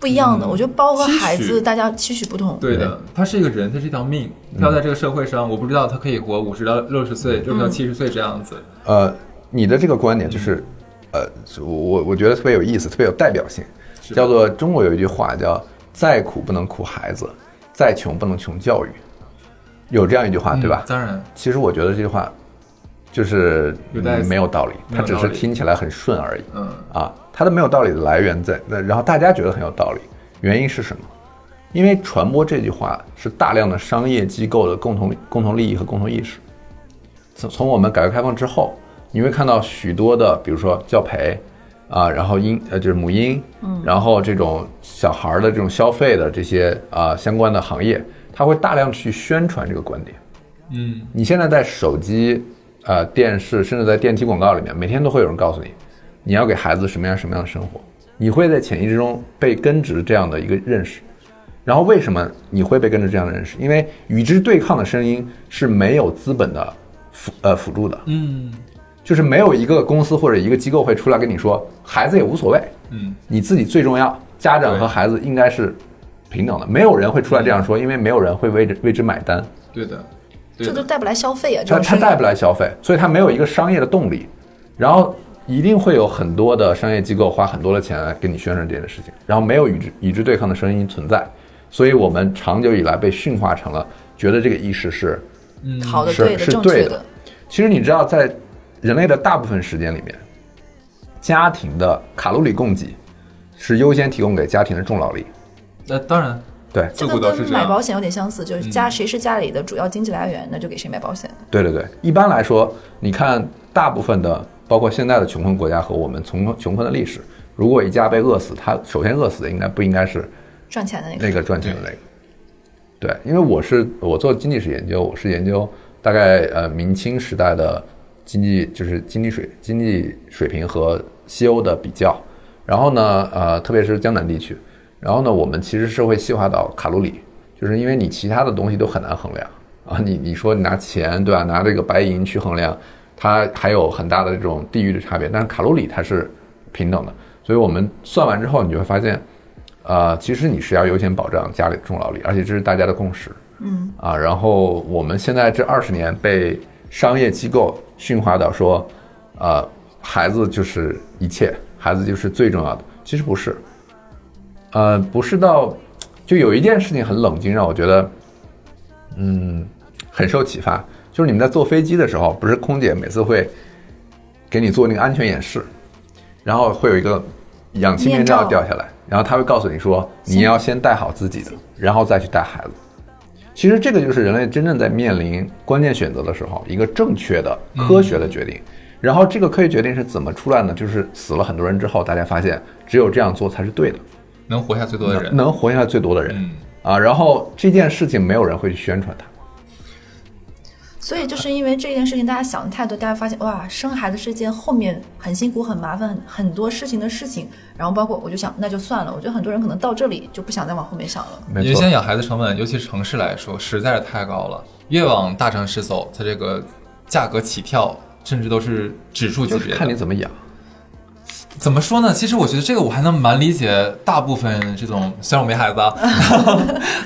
Speaker 2: 不一样的。
Speaker 3: 嗯
Speaker 2: 我觉得包和孩
Speaker 1: 期许
Speaker 2: 子大家期许不同。
Speaker 1: 对的，他是一个人，他是一条命，
Speaker 3: 嗯
Speaker 1: 飘在这个社会上，我不知道他可以活五十到六十岁，六十到七十岁这样子。
Speaker 3: 呃，你的这个观点就是，呃，我我我觉得特别有意思，特别有代表性，
Speaker 1: 是
Speaker 3: 叫做中国有一句话叫“再苦不能苦孩子，再穷不能穷教育”，有这样一句话，
Speaker 1: 嗯
Speaker 3: 啊对吧？
Speaker 1: 当然，
Speaker 3: 其实我觉得这句话就是
Speaker 1: 有待
Speaker 3: 嗯没有道理，
Speaker 1: 没有
Speaker 3: 它只
Speaker 1: 道
Speaker 3: 是
Speaker 1: 理
Speaker 3: 听起来很顺而已。
Speaker 1: 嗯，
Speaker 3: 啊，它的没有道理的来源在那，然后大家觉得很有道理，原因是什么？因为传播这句话是大量的商业机构的共同共同利益和共同意识。从从我们改革开放之后，你会看到许多的，比如说教培啊，然后婴呃就是母婴，嗯，然后这种小孩儿的这种消费的这些啊相关的行业，它会大量去宣传这个观点。
Speaker 1: 嗯，
Speaker 3: 你现在在手机、呃电视，甚至在电梯广告里面，每天都会有人告诉你，你要给孩子什么样什么样的生活，你会在潜意识中被根植这样的一个认识。然后为什么你会被根植这样的认识？因为与之对抗的声音是没有资本的辅呃辅助的，
Speaker 1: 嗯
Speaker 3: 就是没有一个公司或者一个机构会出来跟你说孩子也无所谓，
Speaker 1: 嗯，
Speaker 3: 你自己最重要，家长
Speaker 1: 对嗯
Speaker 3: 和孩子应该是平等的，没有人会出来这样说，因为没有人会为之为之买单，
Speaker 1: 对的，对
Speaker 2: 这都
Speaker 1: 的，
Speaker 2: 带不来消费啊，这
Speaker 3: 他
Speaker 2: 种
Speaker 3: 他
Speaker 2: 事
Speaker 3: 带不来消费，所以他没有一个商业的动力，然后一定会有很多的商业机构花很多的钱来跟你宣传这件事情，然后没有与之与之对抗的声音存在，所以我们长久以来被驯化成了觉得这个意识是
Speaker 1: 嗯
Speaker 2: 好的、
Speaker 3: 是
Speaker 2: 对的、
Speaker 3: 是
Speaker 2: 正
Speaker 3: 对
Speaker 2: 确
Speaker 3: 的，其实你知道，在人类的大部分时间里面，家庭的卡路里供给是优先提供给家庭的重劳力。
Speaker 1: 那当然，
Speaker 3: 对，
Speaker 1: 自
Speaker 2: 这
Speaker 1: 古
Speaker 2: 个
Speaker 1: 都是
Speaker 2: 跟
Speaker 1: 这样嗯
Speaker 2: 买保险有点相似，就是家谁是家里的主要经济来源，那就给谁买保险。
Speaker 3: 对对对。一般来说，你看大部分的，包括现在的穷困国家和我们穷困穷困的历史，如果一家被饿死，他首先饿死的应该不应该是
Speaker 2: 赚钱的那个
Speaker 3: 那个赚钱的那个？对，因为我是我做经济史研究，我是研究大概呃明清时代的经济，就是经济水经济水平和西欧的比较。然后呢，呃，特别是江南地区，然后呢，我们其实是会细化到卡路里，就是因为你其他的东西都很难衡量啊。你你说你拿钱对吧，拿这个白银去衡量，它还有很大的这种地域的差别，但是卡路里它是平等的。所以我们算完之后，你就会发现，呃，其实你是要优先保障家里的重劳力，而且这是大家的共识。嗯啊，然后我们现在这二十年被商业机构驯化到说，呃，孩子就是一切，孩子就是最重要的。其实不是，呃，不是到，就有一件事情很冷静，让我觉得，嗯，很受启发。就是你们在坐飞机的时候，不是空姐每次会给你做那个安全演示，然后会有一个氧气面罩
Speaker 2: 面罩
Speaker 3: 掉下来，然后他会告诉你说，你要先带好自己的，然后再去带孩子。其实这个就是人类真正在面临关键选择的时候，一个正确的、科学的决定。然后这个科学决定是怎么出来呢？就是死了很多人之后，大家发现只有这样做才是对的，
Speaker 1: 能活下最多的人，
Speaker 3: 能活下来最多的人、
Speaker 1: 嗯
Speaker 3: 啊。然后这件事情没有人会去宣传它，
Speaker 2: 所以就是因为这件事情，大家想的太多，大家发现哇，生孩子是一件后面很辛苦、很麻烦、很很多事情的事情。然后包括我就想，那就算了。我觉得很多人可能到这里就不想再往后面想了。
Speaker 3: 没
Speaker 1: 因为
Speaker 3: 错
Speaker 1: 现在养孩子成本，尤其是城市来说，实在是太高了。越往大城市走，它这个价格起跳，甚至都是指数级
Speaker 3: 就是
Speaker 1: 别
Speaker 3: 看你
Speaker 1: 的。
Speaker 3: 怎么养。
Speaker 1: 怎么说呢？其实我觉得这个我还能蛮理解，大部分这种虽然我没孩子啊，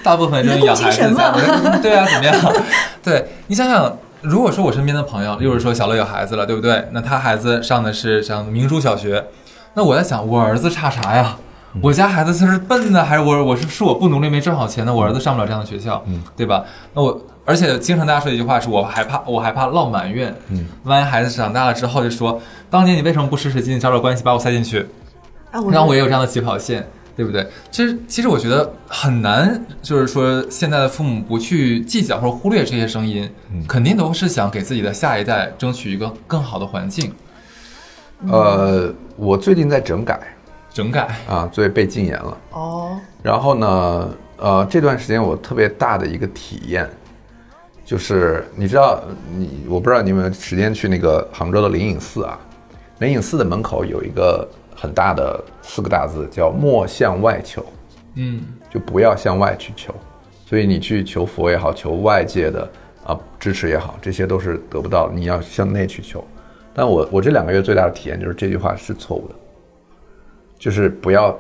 Speaker 1: 大部分这种养孩子的家长，对啊，怎么样？对你想想，如果说我身边的朋友，例如说小乐有孩子了，对不对？那他孩子上的是像明珠小学，那我在想，我儿子差啥呀？我家孩子他是笨呢，还是我我是是我不努力没赚好钱呢？我儿子上不了这样的学校，
Speaker 3: 嗯
Speaker 1: 对吧？那我而且经常大家说一句话是我害怕我害怕落满院，
Speaker 3: 嗯，
Speaker 1: 万一孩子长大了之后就说，当年你为什么不使使劲找找关系把我塞进去？
Speaker 2: 哎，我
Speaker 1: 然后我也有这样的起跑线，对不对？其实其实我觉得很难，就是说现在的父母不去计较或者忽略这些声音，肯定都是想给自己的下一代争取一个更好的环境，
Speaker 3: 呃，我最近在整改
Speaker 1: 整改。
Speaker 3: 啊，所以被禁言了。
Speaker 2: 哦，
Speaker 3: 然后呢，呃，这段时间我特别大的一个体验，就是你知道，你我不知道你有没有时间去那个杭州的灵隐寺啊？灵隐寺的门口有一个很大的四个大字，叫“莫向外求”。
Speaker 1: 嗯，
Speaker 3: 就不要向外去求。所以你去求佛也好，求外界的啊支持也好，这些都是得不到的，你要向内去求。但我我这两个月最大的体验就是这句话是错误的，就是不要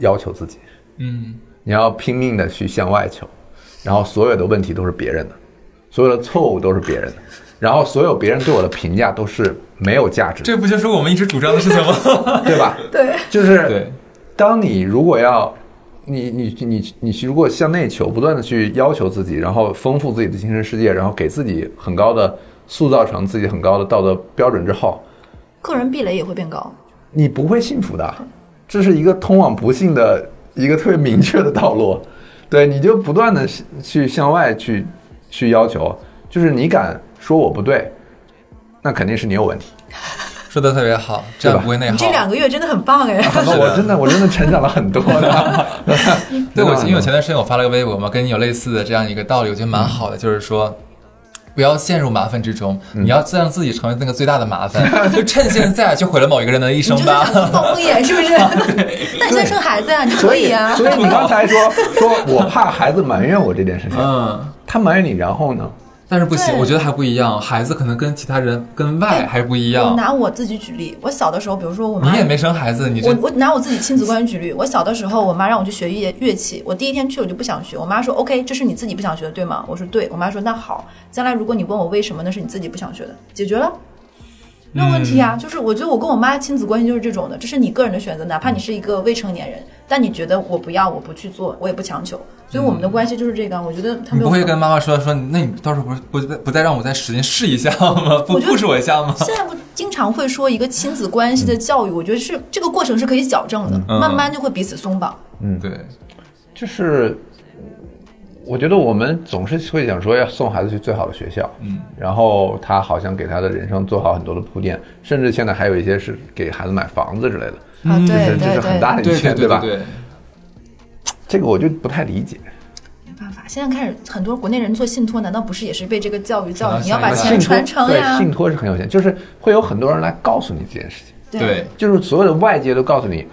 Speaker 3: 要求自己，
Speaker 1: 嗯，
Speaker 3: 你要拼命的去向外求，然后所有的问题都是别人的，所有的错误都是别人的，然后所有别人对我的评价都是没有价值的，
Speaker 1: 这不就是我们一直主张的事情吗？
Speaker 3: 对吧？
Speaker 2: 对，
Speaker 3: 就是
Speaker 1: 对，
Speaker 3: 当你如果要，你你你你你如果向内求，不断的去要求自己，然后丰富自己的精神世界，然后给自己很高的塑造成自己很高的道德标准之后，
Speaker 2: 个人壁垒也会变高。
Speaker 3: 你不会幸福的，这是一个通往不幸的一个特别明确的道路。对，你就不断的去向外去去要求，就是你敢说我不对，那肯定是你有问题。
Speaker 1: 说的特别哎好，这样不会内
Speaker 2: 你
Speaker 1: 耗。
Speaker 2: 这两个月真的很棒哎， *laughs*
Speaker 3: 那我真的我真的成长了很多的。
Speaker 1: *laughs*
Speaker 3: *laughs*
Speaker 1: 对，我
Speaker 3: 真的
Speaker 1: 因为我前段时间我发了个微博嘛，跟你有类似的这样一个道理，我觉得蛮好的，就是说，不要陷入麻烦之中，你要让自己成为那个最大的麻烦，就趁现在去毁了某一个人的一生
Speaker 2: 你就是
Speaker 1: 吧。
Speaker 2: 想暴风眼，是不是？那你现在生孩子呀，你可
Speaker 3: 所以
Speaker 2: 啊。
Speaker 3: 所以你刚才说说我怕孩子埋怨我这件事情，
Speaker 1: 嗯，
Speaker 3: 他埋怨你，然后呢？
Speaker 1: 但是不行，
Speaker 2: 对
Speaker 1: 我觉得还不一样，孩子可能跟其他人跟外
Speaker 2: 哎
Speaker 1: 还不一
Speaker 2: 我
Speaker 1: 样。
Speaker 2: 拿我自己举例，我小的时候，比如说我妈
Speaker 1: 你也没生孩子，你这
Speaker 2: 我我拿我自己亲子关系举例，我小的时候，我妈让我去学乐乐器，我第一天去我就不想学，我妈说 OK，这是你自己不想学的，对吗？我说对，我妈说那好，将来如果你问我为什么，那是你自己不想学的，解决了。没有问题
Speaker 1: 嗯
Speaker 2: 啊，就是我觉得我跟我妈亲子关系就是这种的，这是你个人的选择，哪怕你是一个未成年人，但你觉得我不要，我不去做，我也不强求，所以我们的关系就是这个。啊我觉得他
Speaker 1: 你
Speaker 2: 们
Speaker 1: 不会跟妈妈说说，那你到时候不是不不再让我再使劲试一下吗？不
Speaker 2: 我觉得
Speaker 1: 不是我一下吗？
Speaker 2: 现在不经常会说一个亲子关系的教育，我觉得是这个过程是可以矫正的，
Speaker 1: 嗯
Speaker 2: 慢慢就会彼此松绑。
Speaker 1: 对，
Speaker 3: 就是我觉得我们总是会想说要送孩子去最好的学校，
Speaker 1: 嗯，
Speaker 3: 然后他好像给他的人生做好很多的铺垫，甚至现在还有一些是给孩子买房子之类的，
Speaker 2: 啊，
Speaker 1: 嗯
Speaker 3: 这
Speaker 2: 对
Speaker 3: 是这
Speaker 2: 对
Speaker 3: 是很
Speaker 2: 对，
Speaker 3: 大的
Speaker 1: 对
Speaker 3: 一笔
Speaker 1: 对
Speaker 3: 钱，
Speaker 1: 对对
Speaker 3: 吧？
Speaker 1: 对，
Speaker 3: 这个我就不太理解。
Speaker 2: 没办法，现在开始很多国内人做信托，难道不是也是被这个教育
Speaker 1: 传到
Speaker 2: 教育？你要把
Speaker 1: 下一代
Speaker 2: 钱
Speaker 3: 信托
Speaker 2: 传承
Speaker 3: 对
Speaker 2: 呀，
Speaker 3: 信托是很有钱，就是会有很多人来告诉你这件事情，
Speaker 1: 对，
Speaker 3: 就是所有的外界都告诉你，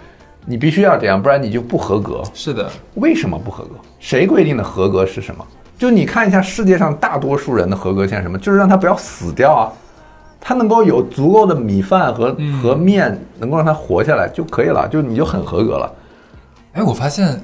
Speaker 3: 你必须要这样，不然你就不合格。
Speaker 1: 是的，
Speaker 3: 为什么不合格？谁规定的合格是什么？就你看一下世界上大多数人的合格线是什么，就是让他不要死掉啊，他能够有足够的米饭和、和面，能够让他活下来就可以了，就你就很合格了。
Speaker 1: 哎，我发现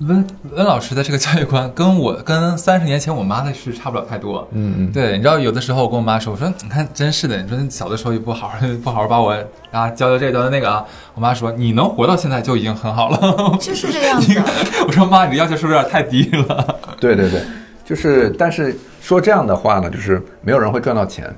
Speaker 1: 温温老师的这个教育观跟我跟三十年前我妈的是差不了太多。
Speaker 3: 嗯嗯，
Speaker 1: 对，你知道有的时候我跟我妈说，我说你看真是的，你说小的时候也不好 *laughs* 好不好好把我啊教教这个教教那个啊，我妈说你能活到现在就已经很好了。 *laughs*
Speaker 2: 就是这样子。
Speaker 1: 我说妈，你的要求是不是有点太低了？
Speaker 3: 对对对，就是但是说这样的话呢，就是没有人会赚到钱，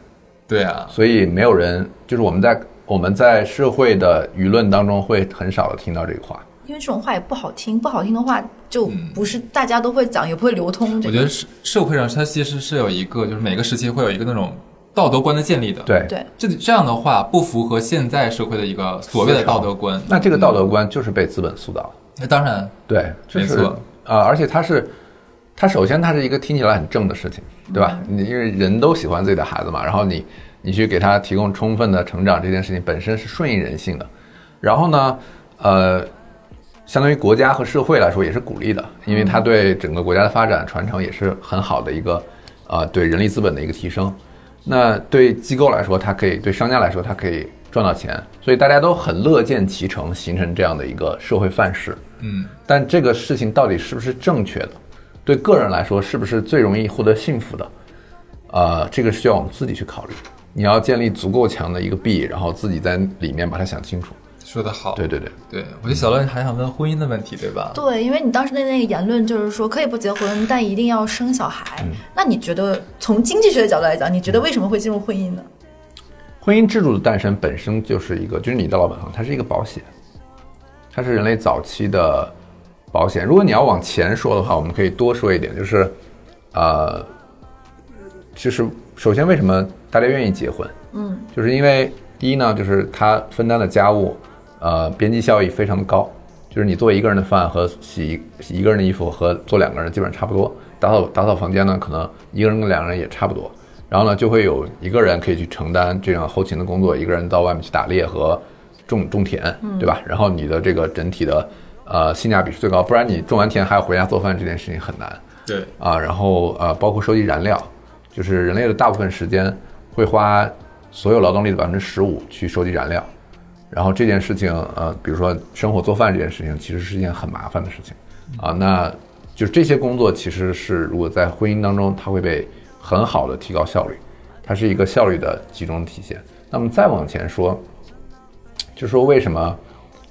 Speaker 1: 对啊，
Speaker 3: 所以没有人就是我们在我们在社会的舆论当中会很少的听到这个话。
Speaker 2: 因为这种话也不好听，不好听的话就不是大家都会讲，也不会流通。
Speaker 1: 嗯我
Speaker 2: 这
Speaker 1: 觉
Speaker 2: 个
Speaker 1: 得社社会上它其实是有一个，就是每个时期会有一个那种道德观的建立的。，
Speaker 3: 对，
Speaker 2: 对，
Speaker 1: 这这样的话不符合现在社会的一个所谓的道德观。
Speaker 3: 那这个道德观就是被资本塑造的。
Speaker 1: 那当然，
Speaker 3: 对，
Speaker 1: 没
Speaker 3: 就是
Speaker 1: 错
Speaker 3: 啊，而且它是，它首先它是一个听起来很正的事情，对吧？
Speaker 1: 嗯
Speaker 3: 你因为人都喜欢自己的孩子嘛，然后你你去给他提供充分的成长，这件事情本身是顺应人性的。然后呢，呃，相当于国家和社会来说也是鼓励的，因为
Speaker 1: 嗯
Speaker 3: 它对整个国家的发展传承也是很好的一个，呃，对人力资本的一个提升。那对机构来说，它可以对商家来说，它可以赚到钱，所以大家都很乐见其成，形成这样的一个社会范式。
Speaker 1: 嗯，
Speaker 3: 但这个事情到底是不是正确的，对个人来说是不是最容易获得幸福的，呃，这个需要我们自己去考虑。你要建立足够强的一个壁，然后自己在里面把它想清楚。
Speaker 1: 说得好。
Speaker 3: 对对对，
Speaker 1: 对，我觉得小乐还想问婚姻的问题，对吧？
Speaker 2: 对，因为你当时的那个言论就是说可以不结婚，但一定要生小孩。那你觉得从经济学的角度来讲，你觉得为什么会进入婚姻呢？
Speaker 3: 婚姻制度的诞生本身就是一个，就是你到老本行，它是一个保险，它是人类早期的保险。如果你要往前说的话，我们可以多说一点，就是，呃，就是首先为什么大家愿意结婚？
Speaker 2: 嗯，
Speaker 3: 就是因为第一呢，就是他分担的家务，呃，边际效益非常的高，就是你做一个人的饭和洗洗一个人的衣服和做两个人基本上差不多，打扫打扫房间呢，可能一个人跟两个人也差不多，然后呢，就会有一个人可以去承担这样后勤的工作，一个人到外面去打猎和种种田，对吧？然后你的这个整体的呃性价比是最高，不然你种完田还要回家做饭，这件事情很难。
Speaker 1: 对，
Speaker 3: 啊，然后呃，包括收集燃料，就是人类的大部分时间会花所有劳动力的百分之十五去收集燃料，然后这件事情呃，比如说生火做饭这件事情，其实是一件很麻烦的事情啊。那就是这些工作其实是如果在婚姻当中，它会被很好的提高效率，它是一个效率的集中体现。那么再往前说，就说为什么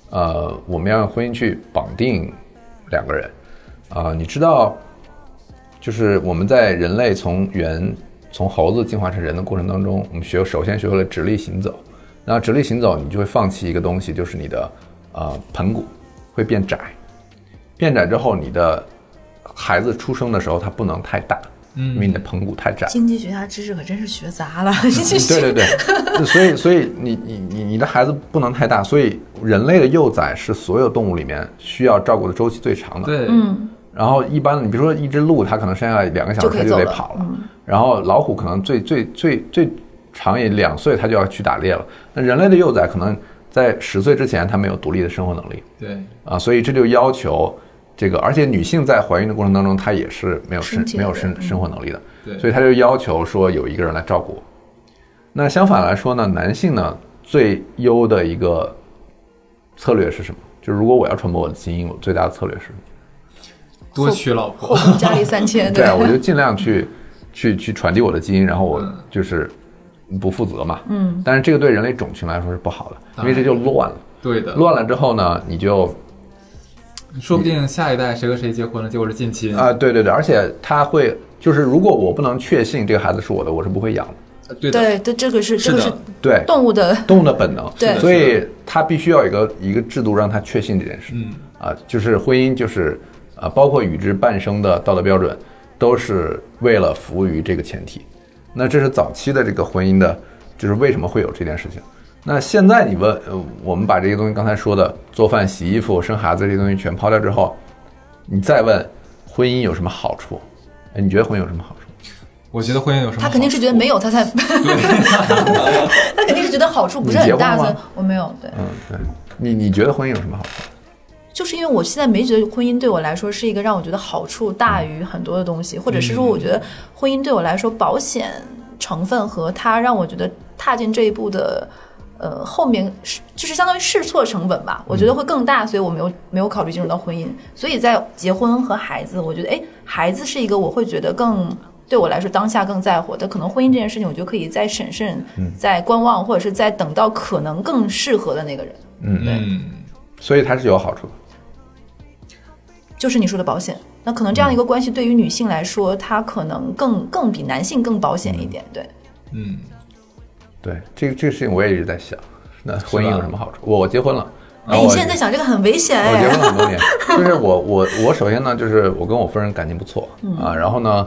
Speaker 3: 呃我们要用婚姻去绑定两个人啊、你知道。就是我们在人类从猿从猴子进化成人的过程当中，我们学首先学会了直立行走，然后直立行走，你就会放弃一个东西，就是你的呃盆骨会变窄，变窄之后，你的孩子出生的时候他不能太大，
Speaker 1: 嗯
Speaker 3: 因为你的盆骨太窄。
Speaker 2: 经济学家知识可真是学杂了，
Speaker 3: 嗯
Speaker 2: *laughs*
Speaker 3: 对对对，所以所以你你你你的孩子不能太大，所以人类的幼崽是所有动物里面需要照顾的周期最长的。
Speaker 1: 对，
Speaker 2: 嗯，
Speaker 3: 然后一般你比如说一只鹿，它可能生下来两个小
Speaker 2: 就
Speaker 3: 时
Speaker 2: 可以
Speaker 3: 它就
Speaker 2: 走
Speaker 3: 得
Speaker 2: 了嗯
Speaker 3: 跑了，然后老虎可能最最最最长也两岁它就要去打猎了。那人类的幼崽可能在十岁之前它没有独立的生活能力
Speaker 1: 对，
Speaker 3: 啊，所以这就要求这个，而且女性在怀孕的过程当中她也是没有
Speaker 2: 身
Speaker 3: 生
Speaker 2: 体
Speaker 3: 没有
Speaker 2: 的
Speaker 3: 生生活能力的，
Speaker 1: 对
Speaker 3: 所以他就要求说有一个人来照顾。那相反来说呢，男性呢最优的一个策略是什么？就是如果我要传播我的基因，我最大的策略是什么？
Speaker 1: 多娶老
Speaker 2: 后
Speaker 1: 婆，
Speaker 2: 宫佳丽三千，
Speaker 3: 对啊，我就尽量去去去传递我的基因，然后
Speaker 1: 嗯
Speaker 3: 我就是不负责嘛。嗯，但是这个对人类种群来说是不好的，因为这就乱了。
Speaker 1: 对的，
Speaker 3: 乱了之后呢，你就
Speaker 1: 说不定下一代谁和谁结婚了，结果是近亲
Speaker 3: 啊、，对对对，而且他会就是如果我不能确信这个孩子是我的，我是不会养的。
Speaker 1: 对的，
Speaker 2: 对对，这个是
Speaker 1: 是的
Speaker 2: 这个是
Speaker 3: 对，
Speaker 2: 动物的，
Speaker 3: 动物的本能，
Speaker 2: 对
Speaker 3: 所以他必须要有一个一个制度让他确信这件事。
Speaker 1: 嗯，
Speaker 3: 啊，就是婚姻，就是啊，包括与之伴生的道德标准，都是为了服务于这个前提。那这是早期的这个婚姻的，就是为什么会有这件事情。那现在你问，呃，我们把这些东西刚才说的做饭、洗衣服、生孩子这些东西全抛掉之后，你再问婚姻有什么好处？哎你觉得婚姻有什么好处？
Speaker 1: 我觉得婚姻有什么好？
Speaker 2: 他肯定是觉得没有，他才， *laughs* 他肯定是觉得好处不是很大，
Speaker 3: 你
Speaker 2: 所
Speaker 3: 结婚
Speaker 2: 以
Speaker 3: 吗
Speaker 2: 我没有对。
Speaker 3: 嗯，对，你你觉得婚姻有什么好处？
Speaker 2: 就是因为我现在没觉得婚姻对我来说是一个让我觉得好处大于很多的东西，或者是说我觉得婚姻对我来说保险成分和它让我觉得踏进这一步的。呃，后面是就是相当于试错成本吧，我觉得会更大，所以我没有没有考虑进入到婚姻。所以在结婚和孩子，我觉得哎，孩子是一个我会觉得更对我来说当下更在乎的。可能婚姻这件事情，我就可以再审慎、再观望，或者是再等到可能更适合的那个人，
Speaker 1: 嗯，
Speaker 3: 所以它是有好处的。
Speaker 2: 就是你说的保险。那可能这样一
Speaker 3: 嗯
Speaker 2: 个关系对于女性来说，她可能更更比男性更保险一点，对。
Speaker 1: 嗯，
Speaker 3: 对，这个这个事情我也一直在想，那婚姻有什么好处？我我结婚了，然
Speaker 2: 哎，
Speaker 3: 后
Speaker 2: 你
Speaker 3: 我
Speaker 2: 现在在想这个很危险
Speaker 3: 我结
Speaker 2: 哎
Speaker 3: 婚，了很多年，就是我我我首先呢，就是我跟我夫人感情不错
Speaker 2: 嗯
Speaker 3: 啊，然后呢，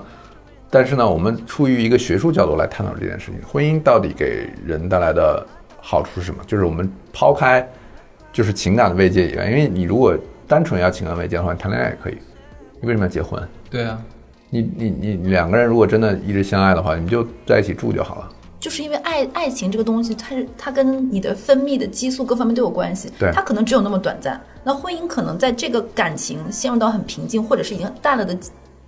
Speaker 3: 但是呢，我们出于一个学术角度来探讨这件事情，婚姻到底给人带来的好处是什么？就是我们抛开就是情感的慰藉以外，因为你如果单纯要情感慰藉的话，你谈恋爱也可以，你为什么要结婚？
Speaker 1: 对啊，
Speaker 3: 你你你你两个人如果真的一直相爱的话，你们就在一起住就好了。
Speaker 2: 就是因为爱爱情这个东西，它是它跟你的分泌的激素各方面都有关系，
Speaker 3: 对
Speaker 2: 它可能只有那么短暂。那婚姻可能在这个感情陷入到很平静，或者是已经淡了的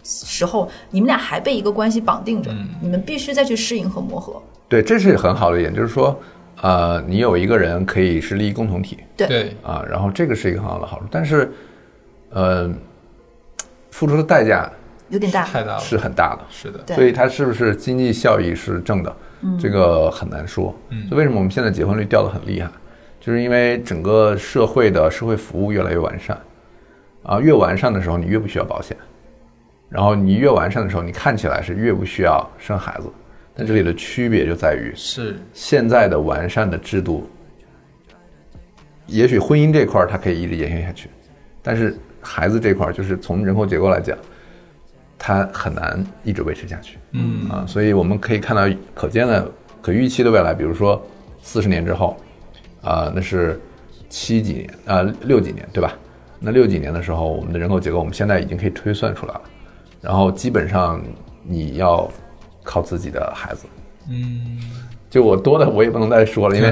Speaker 2: 时候，你们俩还被一个关系绑定着，
Speaker 3: 嗯
Speaker 2: 你们必须再去适应和磨合。
Speaker 3: 对，这是很好的一点，就是说，呃，你有一个人可以是利益共同体
Speaker 2: 对
Speaker 1: 对，
Speaker 3: 啊，然后这个是一个很好的好处，但是，呃，付出的代价
Speaker 2: 有点大，
Speaker 1: 太大了，
Speaker 3: 是很大的，
Speaker 1: 是的，
Speaker 2: 对
Speaker 3: 所以它是不是经济效益是正的，这个很难说。所以为什么我们现在结婚率掉的很厉害，就是因为整个社会的社会服务越来越完善，啊，越完善的时候你越不需要保险，然后你越完善的时候，你看起来是越不需要生孩子，但这里的区别就在于。
Speaker 1: 是
Speaker 3: 现在的完善的制度，也许婚姻这块儿它可以一直延续下去，但是孩子这块儿就是从人口结构来讲，它很难一直维持下去。嗯啊，所以我们可以看到可见的、可预期的未来，比如说四十年之后，啊、那是七几年啊、六几年对吧？那六几年的时候，我们的人口结构我们现在已经可以推算出来了，然后基本上你要靠自己的孩子，
Speaker 1: 嗯
Speaker 3: 就我多的我也不能再说了，因为、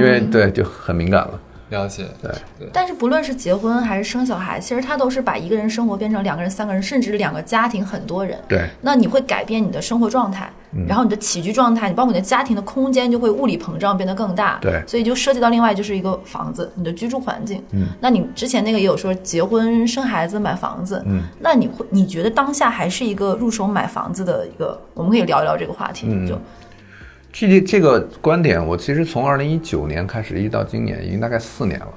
Speaker 3: 因为对就很敏感了。
Speaker 1: 了解，
Speaker 3: 对
Speaker 1: 对，
Speaker 2: 但是不论是结婚还是生小孩，其实它都是把一个人生活变成两个人、三个人，甚至两个家庭、很多人。
Speaker 3: 对
Speaker 2: 那你会改变你的生活状态，然后你的起居状态，你包括你的家庭的空间就会物理膨胀变得更大。
Speaker 3: 对
Speaker 2: 所以就涉及到另外就是一个房子，你的居住环境。嗯，那你之前那个也有说结婚、生孩子、买房子。嗯，那你会你觉得当下还是一个入手买房子的一个，我们可以聊一聊这个话题。就
Speaker 3: 这这个观点，我其实从二零一九年开始，一直到今年，已经大概四年了，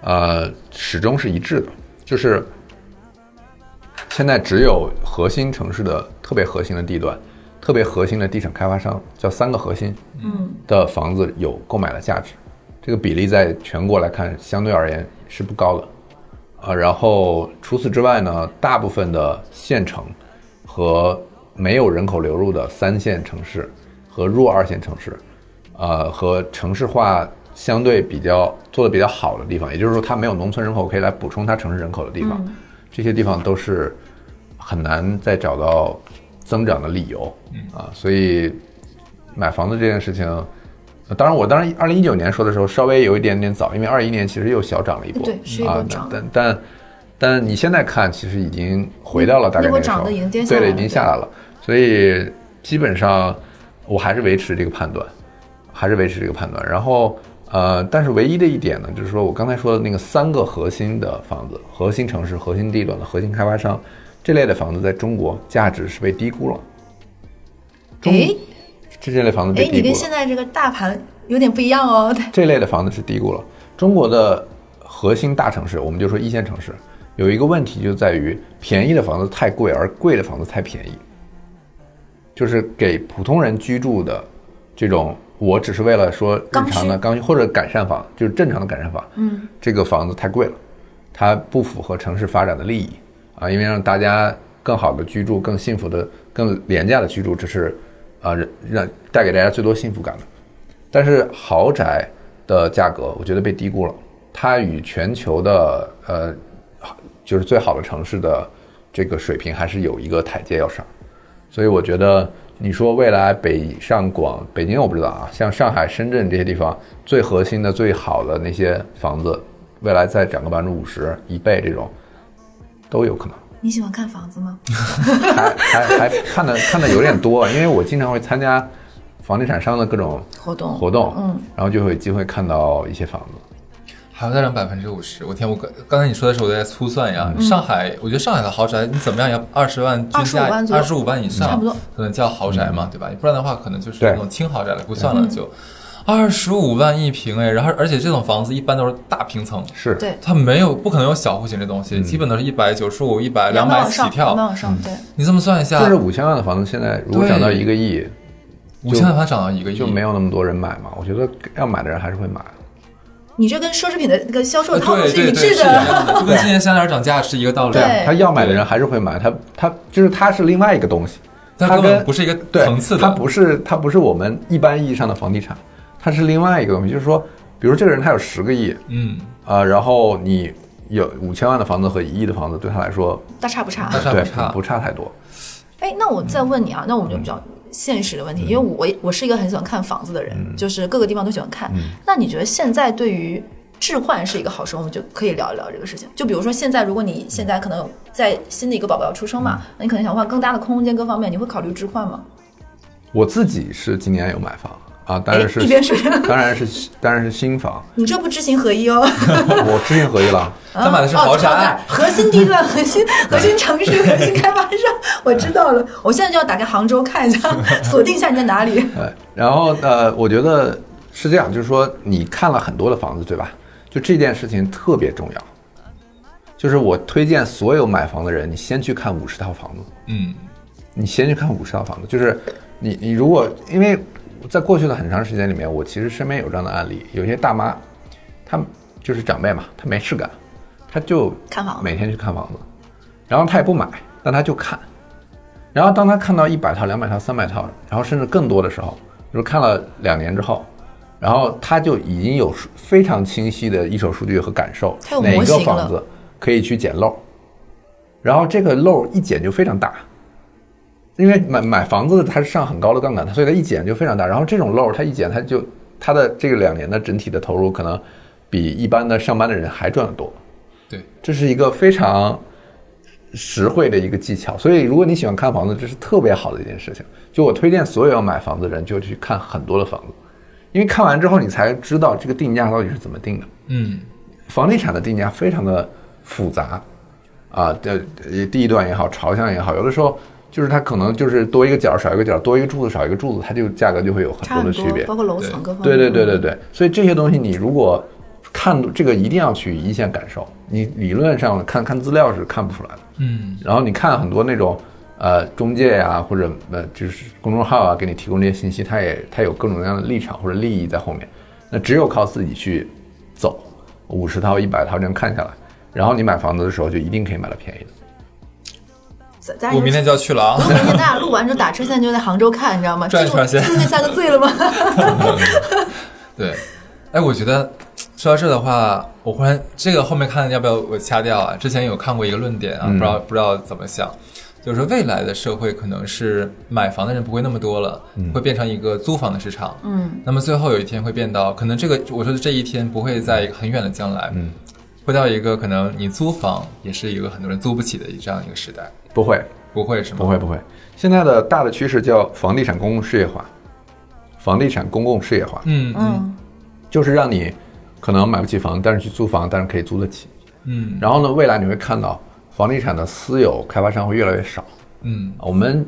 Speaker 3: 呃，始终是一致的，就是现在只有核心城市的特别核心的地段，特别核心的地产开发商，叫三个核心，嗯，的房子有购买的价值，这个比例在全国来看，相对而言是不高的，啊，然后除此之外呢，大部分的县城和没有人口流入的三线城市和弱二线城市，呃，和城市化相对比较做的比较
Speaker 2: 嗯
Speaker 3: 好的地方，也就是说它没有农村人口可以来补充它城市人口的地方，这些地方都是很难再找到增长的理由啊。所以买房子这件事情，呃当然我当然二零一九年说的时候稍微有一点点早，因为二一年其实又小涨了一波，
Speaker 2: 对是一波
Speaker 3: 啊
Speaker 2: 涨，
Speaker 3: 但但但你现在看，其实已经回到了大概
Speaker 2: 那波
Speaker 3: 个时
Speaker 2: 涨
Speaker 3: 候，
Speaker 2: 得已经跌下
Speaker 3: 对
Speaker 2: 来
Speaker 3: 了，已
Speaker 2: 了
Speaker 3: 经下来了。所以基本上我还是维持这个判断，还是维持这个判断。然后呃，但是唯一的一点呢，就是说我刚才说的那个三个核心的房子、核心城市、核心地段的核心开发商这类的房子，在中国价值是被低估了。中
Speaker 2: 哎
Speaker 3: 这这类房子
Speaker 2: 哎，
Speaker 3: 被
Speaker 2: 你
Speaker 3: 低估
Speaker 2: 跟
Speaker 3: 了。
Speaker 2: 现在这个大盘有点不一样哦。 *laughs* 对
Speaker 3: 这类的房子是低估了。中国的核心大城市，我们就说一线城市，有一个问题就在于便宜的房子太贵，而贵的房子太便宜，就是给普通人居住的这种，我只是为了说日常的刚需或者改善房，就是正常的改善房，嗯，这个房子太贵了，它不符合城市发展的利益啊，因为让大家更好的居住、更幸福的、更廉价的居住，这是啊人让带给大家最多幸福感的。但是豪宅的价格，我觉得被低估了。它与全球的呃，就是最好的城市的这个水平还是有一个台阶要上。所以我觉得，你说未来北上广、北京我不知道啊，像上海、深圳这些地方最核心的、最好的那些房子，未来再涨个百分之五十、一倍这种，都有可能。
Speaker 2: 你喜欢看房子吗？
Speaker 3: 还还还看的看的有点多，因为我经常会参加房地产商的各种
Speaker 2: *laughs* 活动
Speaker 3: 活动，
Speaker 2: 嗯，
Speaker 3: 然后就会有机会看到一些房子。
Speaker 1: 还要再涨百分之五十，我天！我刚刚才你说的时候，我在粗算呀。
Speaker 2: 嗯
Speaker 1: 上海，我觉得上海的豪宅，你怎么样也要二十万均价，
Speaker 2: 25万左右
Speaker 1: 二十五万以上，
Speaker 2: 差不多嗯
Speaker 1: 可能叫豪宅嘛，对吧？不然的话，可能就是
Speaker 3: 对
Speaker 1: 那种轻豪宅了，不算了就。二十五万一平哎，然后而且这种房子一般都是大平层，
Speaker 3: 是，
Speaker 2: 对，
Speaker 1: 它没有不可能有小户型这东西，
Speaker 3: 嗯
Speaker 1: 基本都是一百九十五、一百、两
Speaker 2: 两百
Speaker 1: 百
Speaker 2: 往
Speaker 1: 起跳。
Speaker 2: 上，嗯两百
Speaker 1: 嗯
Speaker 2: 往上，对，
Speaker 1: 你这么算一下
Speaker 3: 但，是五千万的房子现在如果涨到一个亿，
Speaker 1: 五千万房涨到一个亿，
Speaker 3: 就没有那么多人买嘛。我觉得要买的人还是会买。
Speaker 2: 你这跟奢侈品的那个销售
Speaker 1: 呃
Speaker 2: 套路
Speaker 1: 对
Speaker 2: 是
Speaker 1: 对
Speaker 2: 一
Speaker 1: 对，是
Speaker 2: 致
Speaker 1: 一样
Speaker 2: 的。
Speaker 1: 的，就跟今年香奈儿涨价是一个道理。
Speaker 2: 对
Speaker 3: 啊他要买的人还是会买，他他就是他是另外一个东西，
Speaker 1: 它
Speaker 3: 它
Speaker 1: 根本
Speaker 3: 跟
Speaker 1: 不是一个
Speaker 3: 对，
Speaker 1: 层次的，
Speaker 3: 它不是它不是我们一般意义上的房地产，它是另外一个东西。就是说，比如这个人他有十个亿
Speaker 1: 嗯，
Speaker 3: 啊、然后你有五千万的房子和一亿的房子，对他来说，
Speaker 2: *laughs* 大差不差
Speaker 1: 大。差
Speaker 3: 对
Speaker 1: 不差，
Speaker 3: 不差太多。
Speaker 2: 哎，那我再问你啊，那我们就比
Speaker 1: 嗯
Speaker 2: 较现实的问题，因为我我是一个很喜欢看房子的人，
Speaker 1: 嗯
Speaker 2: 就是各个地方都喜欢看。那你觉得现在对于置换是一个好时候，我们就可以聊一聊这个事情。就比如说现在，如果你现在可能有在新的一个宝宝要出生
Speaker 1: 嗯
Speaker 2: 嘛，那你可能想换更大的空间，各方面，你会考虑置换吗？
Speaker 3: 我自己是今年有买房啊，当
Speaker 2: 哎
Speaker 3: 然，是
Speaker 2: 一边是， *laughs*
Speaker 3: 当然是当然是新房，
Speaker 2: 你这不知行合一哦。
Speaker 3: *laughs* 我知行合一了。
Speaker 1: 他买的是
Speaker 2: 啊
Speaker 1: 豪
Speaker 2: 哦
Speaker 1: 宅，
Speaker 2: 核心地段、核心核心城市、核心开发商，我知道了。我现在就要打开杭州看一
Speaker 1: *laughs*
Speaker 2: 下，锁定一下你在哪里。
Speaker 3: 对，哎然后呃，我觉得是这样，就是说你看了很多的房子，对吧？就这件事情特别重要，就是我推荐所有买房的人，你先去看五十套房子，
Speaker 1: 嗯，
Speaker 3: 你先去看五十套房子，就是你你如果因为在过去的很长时间里面，我其实身边有这样的案例，有些大妈，她就是长辈嘛，她没事干，她就
Speaker 2: 看房子
Speaker 3: 每天去看房子，然后她也不买，但她就看，然后当她看到一百套、两百套、三百套，然后甚至更多的时候，就是看了两年之后。然后她就已经有数非常清晰的一手数据和感受
Speaker 2: 她有，
Speaker 3: 哪
Speaker 2: 模
Speaker 3: 个
Speaker 2: 型了
Speaker 3: 房子可以去捡漏，然后这个漏一捡就非常大，因为买买房子的它是上很高的杠杆，它所以它一减就非常大。然后这种漏它一减，它就它的这个两年的整体的投入可能比一般的上班的人还赚得多，
Speaker 1: 对，
Speaker 3: 这是一个非常实惠的一个技巧。所以如果你喜欢看房子，这是特别好的一件事情。就我推荐所有要买房子的人，就去看很多的房子，因为看完之后你才知道这个定价到底是怎么定的。
Speaker 1: 嗯，
Speaker 3: 房地产的定价非常的复杂啊，这呃地段也好，朝向也好，有的时候就是它可能就是多一个角儿少一个角儿，多一个柱子少一个柱子，它就价格就会有很
Speaker 2: 差
Speaker 3: 多
Speaker 2: 很
Speaker 3: 的区
Speaker 2: 多
Speaker 3: 别，
Speaker 2: 包。括楼
Speaker 1: 对
Speaker 2: 层各方面。
Speaker 3: 对对对对对，所以这些东西你如果看这个一定要去一线感受，你理论上看看资料是看不出来的。
Speaker 1: 嗯，
Speaker 3: 然后你看很多那种呃中介呀、或者呃就是公众号啊，给你提供这些信息，它也它有各种各样的立场或者利益在后面。那只有靠自己去走五十套、一百套这样看下来，然后你买房子的时候就一定可以买到便宜的。
Speaker 2: 咱咱
Speaker 1: 我明天就要去了啊
Speaker 2: *laughs* 我。明天咱俩录完之后打车，现在就在杭州看，你知道吗？
Speaker 1: 转一圈先
Speaker 2: 进入进入那三个醉了
Speaker 1: *laughs*
Speaker 2: 吗？
Speaker 1: 对，哎，我觉得说到这儿的话，我
Speaker 3: 嗯
Speaker 1: 忽然这个后面看要不要我掐掉啊？之前有看过一个论点啊，不知道不知道怎么想，就是说未来的社会可能是买房的人不会那么多了，
Speaker 3: 嗯
Speaker 1: 会变成一个租房的市场。
Speaker 2: 嗯，
Speaker 1: 那么最后有一天会变到，可能这个我说的这一天不会在一个很远的将来，
Speaker 3: 嗯，
Speaker 1: 会到一个可能你租房也是一个很多人租不起的这样一个时代，
Speaker 3: 不会，
Speaker 1: 不会是吗？
Speaker 3: 不会，不会。现在的大的趋势叫房地产公共事业化，房地产公共事业化
Speaker 1: 嗯嗯
Speaker 2: 嗯
Speaker 3: 就是让你可能买不起房，但是去租房，但是可以租得起。
Speaker 1: 嗯
Speaker 3: 然后呢，未来你会看到房地产的私有开发商会越来越少。
Speaker 1: 嗯
Speaker 3: 我们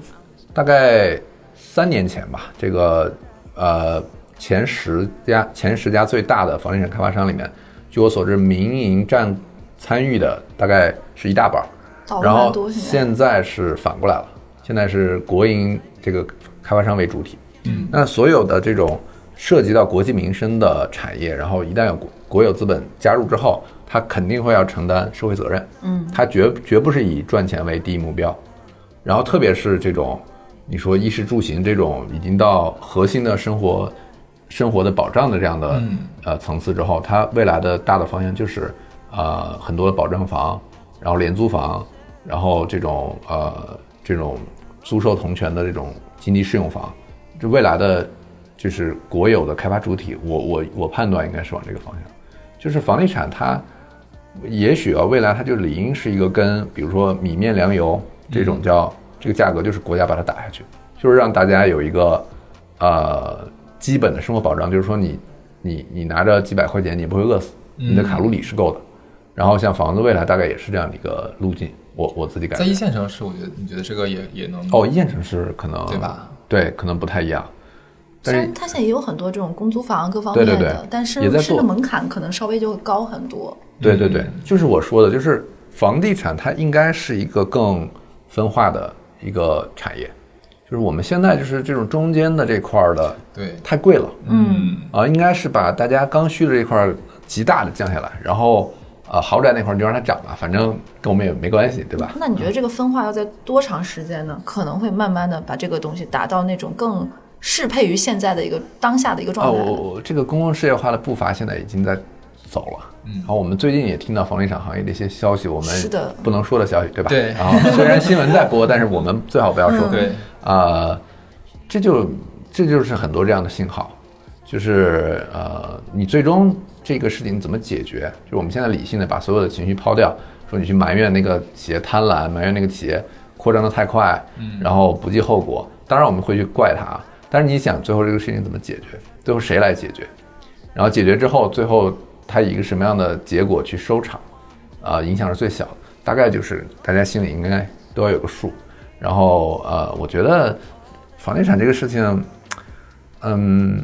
Speaker 3: 大概三年前吧，这个呃前十家前十家最大的房地产开发商里面，据我所知，民营占参与的大概是一大半儿，
Speaker 2: 倒了
Speaker 3: 然
Speaker 2: 蛮
Speaker 3: 后
Speaker 2: 多现在。
Speaker 3: 现在是反过来了，现在是国营这个开发商为主体。
Speaker 1: 嗯，
Speaker 3: 那所有的这种涉及到国计民生的产业，然后一旦有国国有资本加入之后，它肯定会要承担社会责任。
Speaker 2: 嗯，
Speaker 3: 它绝绝不是以赚钱为第一目标。然后特别是这种，你说衣食住行这种已经到核心的生活生活的保障的这样的、
Speaker 1: 嗯
Speaker 3: 呃层次之后，它未来的大的方向就是呃很多的保障房，然后廉租房，然后这种呃这种租售同权的这种经济适用房，这未来的就是国有的开发主体，我我我判断应该是往这个方向，就是房地产它。也许啊，未来它就理应是一个跟比如说米面粮油这种叫、
Speaker 1: 嗯
Speaker 3: 这个价格，就是国家把它打下去，就是让大家有一个呃基本的生活保障，就是说你你你拿着几百块钱，你不会饿死，
Speaker 1: 嗯
Speaker 3: 你的卡路里是够的。然后像房子未来大概也是这样的一个路径，我我自己感
Speaker 1: 在
Speaker 3: 觉
Speaker 1: 一。线城市，我觉得你觉得这个也也能
Speaker 3: 哦，一线城市可能
Speaker 1: 对吧？
Speaker 3: 对，可能不太一样。
Speaker 2: 虽
Speaker 3: 但是
Speaker 2: 然它现在也有很多这种公租房各方面的，
Speaker 3: 对对对
Speaker 2: 但是
Speaker 3: 也在
Speaker 2: 申
Speaker 3: 做
Speaker 2: 的门槛可能稍微就会高很多。
Speaker 3: 对对
Speaker 2: 嗯
Speaker 3: 对，就是我说的，就是房地产它应该是一个更分化的一个产业，就是我们现在就是这种中间的这块儿的
Speaker 1: 对，
Speaker 3: 太贵了
Speaker 1: 嗯
Speaker 3: 啊、应该是把大家刚需的这块儿极大的降下来，然后呃豪宅那块儿就让它涨吧，反正跟我们也没关系，对吧？
Speaker 2: 那你觉得这个分化要在多长时间呢？可能会慢慢的把这个东西达到那种更适配于现在的一个当下的一个
Speaker 3: 啊，
Speaker 2: 状态
Speaker 3: 我
Speaker 2: 呢。
Speaker 3: 我这个公共事业化的步伐现在已经在走了。
Speaker 1: 嗯
Speaker 3: 然后我们最近也听到房地产行业的一些消息，我们
Speaker 2: 是的
Speaker 3: 不能说的消息，对吧？
Speaker 1: 对
Speaker 3: 然后虽然新闻在播，但是我们最好不要说。
Speaker 2: 嗯
Speaker 1: 对，
Speaker 3: 啊，这就这就是很多这样的信号，就是呃，你最终这个事情怎么解决？就我们现在理性的把所有的情绪抛掉，说你去埋怨那个企业贪婪，埋怨那个企业扩张的太快，
Speaker 1: 嗯
Speaker 3: 然后不计后果。当然我们会去怪他，但是你想最后这个事情怎么解决？最后谁来解决？然后解决之后，最后它以一个什么样的结果去收场，啊、影响是最小的，大概就是大家心里应该都要有个数。然后呃，我觉得房地产这个事情，嗯，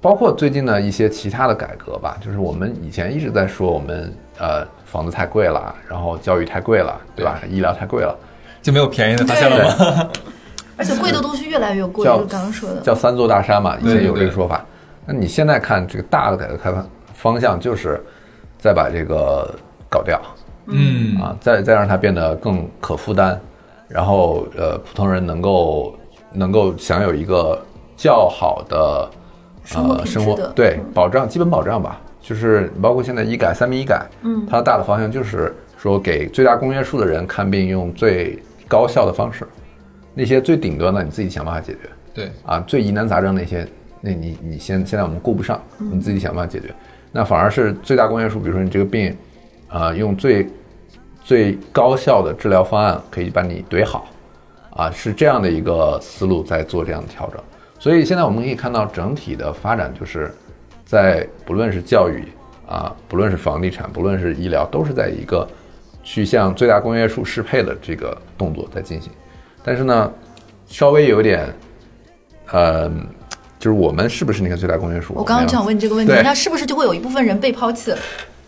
Speaker 3: 包括最近的一些其他的改革吧，就是我们以前一直在说我们呃房子太贵了，然后教育太贵了，对吧？医疗太贵了，
Speaker 1: 就没有便宜的，发现了吗？
Speaker 2: 而且贵的东西越来越贵，
Speaker 3: 叫
Speaker 2: 就是刚刚说的。
Speaker 3: 叫三座大山嘛，以
Speaker 1: 对
Speaker 3: 前
Speaker 1: 对
Speaker 3: 有这个
Speaker 1: 对
Speaker 3: 说法。那你现在看这个大的改革开放方向，就是再把这个搞掉
Speaker 1: *laughs* 嗯
Speaker 3: 啊，再再让它变得更可负担，然后呃，普通人能够能够享有一个较好的
Speaker 2: 生活品
Speaker 3: 呃
Speaker 2: 质
Speaker 3: 生活
Speaker 2: 的嗯
Speaker 3: 对保障基本保障吧，就是包括现在医改三民医改，
Speaker 2: 嗯
Speaker 3: 它的大的方向就是说给最大公约数的人看病用最高效的方式，那些最顶端的你自己想办法解决。
Speaker 1: 对，
Speaker 3: 啊，最疑难杂症那些，那你你现现在我们顾不上，
Speaker 2: 嗯
Speaker 3: 你自己想办法解决。那反而是最大公约数，比如说你这个病，呃，用最最高效的治疗方案可以把你怼好，啊，是这样的一个思路在做这样的调整。所以现在我们可以看到整体的发展，就是在不论是教育啊，不论是房地产，不论是医疗，都是在一个去向最大公约数适配的这个动作在进行。但是呢，稍微有点，呃，就是我们是不是那个最大公约数？
Speaker 2: 我刚刚就想问你这个问题，
Speaker 3: 对
Speaker 2: 那是不是就会有一部分人被抛弃了？